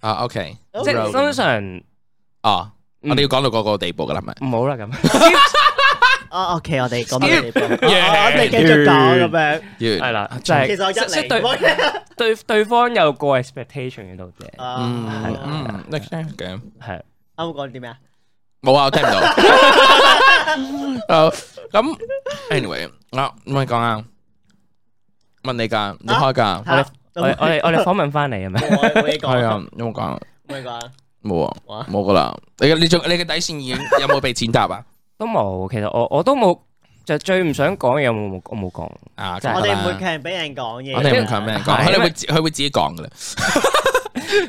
啊，OK，
Okay
即係
Role
通常
哦，
嗯
我哋要講到嗰個地步噶啦，係咪？
唔好啦咁， [laughs]
啊，OK，我哋講乜嘢地方？我
Yeah
我哋繼續講咁樣。
係
係啦，就係
其實我一
即即
嚟
對
唔好 [laughs] 嘅，
對對方有個 expectation 喺度嘅，
嗯
啊
嗯，OK 嘅，
啱
係
啱講啲咩啊？
冇啊，我聽唔到。
[laughs]
誒咁，anyway，啊，唔係講啊，問你㗎，你開㗎，
我哋
嚇
我哋我哋我哋訪問翻嚟係咪？
冇冇嘢
係
講，
啊，有冇講啊？
冇嘢講。
冇啊，
哇
冇噶啦。你嘅你仲你嘅底線已經有冇被踐踏啊？
都冇，其實我我都冇，就最唔想講嘢，我冇我冇講。
啊，
係
我哋唔會
會，
強俾人講嘢，
我哋唔強咩人講，
係
佢哋
因
會
為
自佢會自己講噶啦。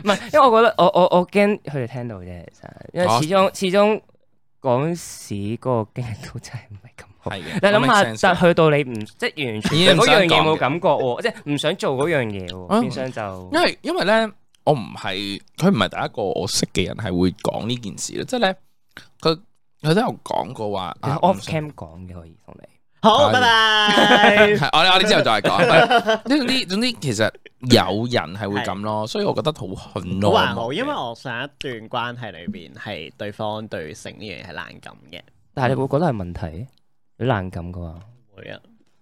唔係，因為我覺得我我我驚佢哋聽到啫，其實，因為
哦
始終始終講屎嗰個經歷都真係唔係咁好。
係
你
嘅，我 make
諗
sense
下，但
嘅
去到你唔即係完
已經
全
唔
對嗰
想
樣嘢
講
冇
嘅
感覺喎，即係唔想做嗰樣嘢
啊
喎，變相就
因為因為咧，我唔係佢唔係第一個我識嘅人係會講呢件事咯，即係咧佢佢都有講過話
其實
啊
off
唔想
cam 講嘅可以同你。
好，拜拜。
係我哋我哋之後再講。總之總之，其實有人係會咁咯，所以我覺得好恨
好
咯。
還好，因為我上一段關係裏邊係對方對性呢樣嘢係冷感嘅，
但係你會覺得係問題，你難咁嘅話，
會啊，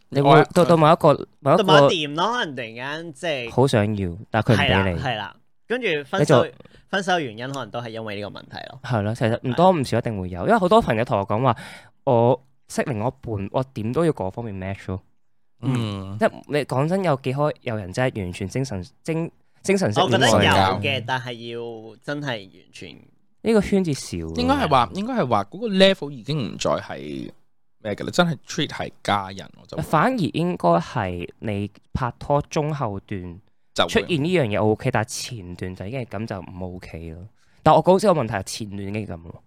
你
我
會到到某一個某一
同埋
個
我掂咯，人突然間即係
好想要，但係
係
佢
啦
唔俾你，
係啦，跟住分
你
手
就
分手嘅原因可能都係因為呢個問題咯，
係咯，其實唔
係
多唔少一定會有，因為好多朋友同我講話，我識另外一半，我點都要嗰方面 match 咯。
嗯，
即係你講真，有幾開有人真係完全精神精精神式
我覺得
戀
有
外
愛
交
嘅，但係要真係完全
呢個圈子少啊咯，
應該係話應該係話嗰個 level 已經唔再係咩嘅啦，真係 treat 係家人，我就
反而應該係你拍拖中後段
就
出
會
現呢樣嘢 O K，但係前段就已經係咁就唔 O K 咯。但我講先個問題係前段已經係咁咯，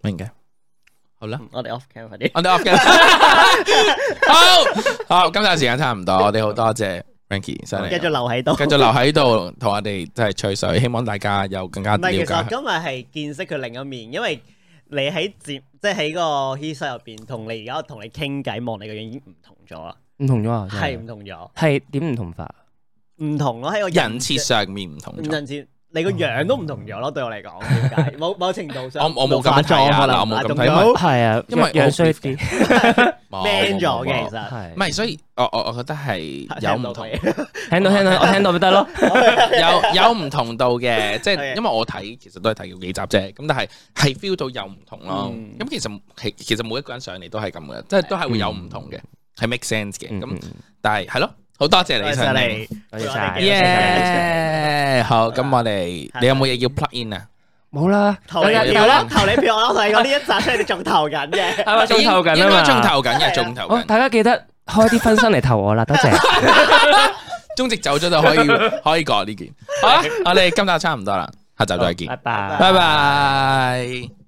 明嘅。好啦。
嗯我哋 off cam 快啲，
我哋 off
[laughs]
嘅。好好，今日時間差唔多，我哋好多謝 Frankie 上嚟，
繼
繼
續留喺度。
續留喺度同我哋即係吹水，希望大家有更加
唔
了
係，其實我
解。
今日係見識佢另一面，因為你喺節即係喺個 h 室入邊，同你而家同你傾偈望你嘅樣已經唔同咗啦，
唔同咗啊，真
係唔同咗，
係點唔同法？
唔同咯喺個
人設上面唔同
唔
咗，
陣時，你個樣都唔同咗咯，對我嚟講，點解？某某程度上，
我我冇咁
化
樣睇
妝
啊
可能
嗱我冇咁睇
化
因為
妝
係啊，
因為我
樣衰啲，
冇
man 咗。
冇
嘅，
冇
其實
唔
係
係，所以我我我覺
[laughs]
得係有唔同，
聽到
聽到聽到，我聽到咪得咯。
有有唔同到嘅，
[laughs]
即係
Okay
因為我睇其實都係睇過幾集啫，咁但係係 feel 到有唔同咯
嗯。
咁其實其其實每一個人上嚟都係咁嘅，即係都係會有唔同嘅，係 make sense 嘅。 [laughs] 咁
嗯
但係係咯，好多謝
多
你
謝
上嚟。
你，
多謝晒
多謝
耶！好，咁我哋
係
你有冇嘢要 plug in 啊？
冇啦，
投你
有
票啦，
有
投你票啦！我同你講呢一集出嚟，你仲投緊嘅，
係咪仲投緊
應該仲
啊嘛？
投緊
係
嘅，
啊
仲投
好，
緊。
大家記得開啲分身嚟投我啦，多謝。
中直走咗就可以可以 Ờ,
Ờ.
講呢件。好啦，我哋今集差唔多啦，下集再見，
拜拜。
拜拜。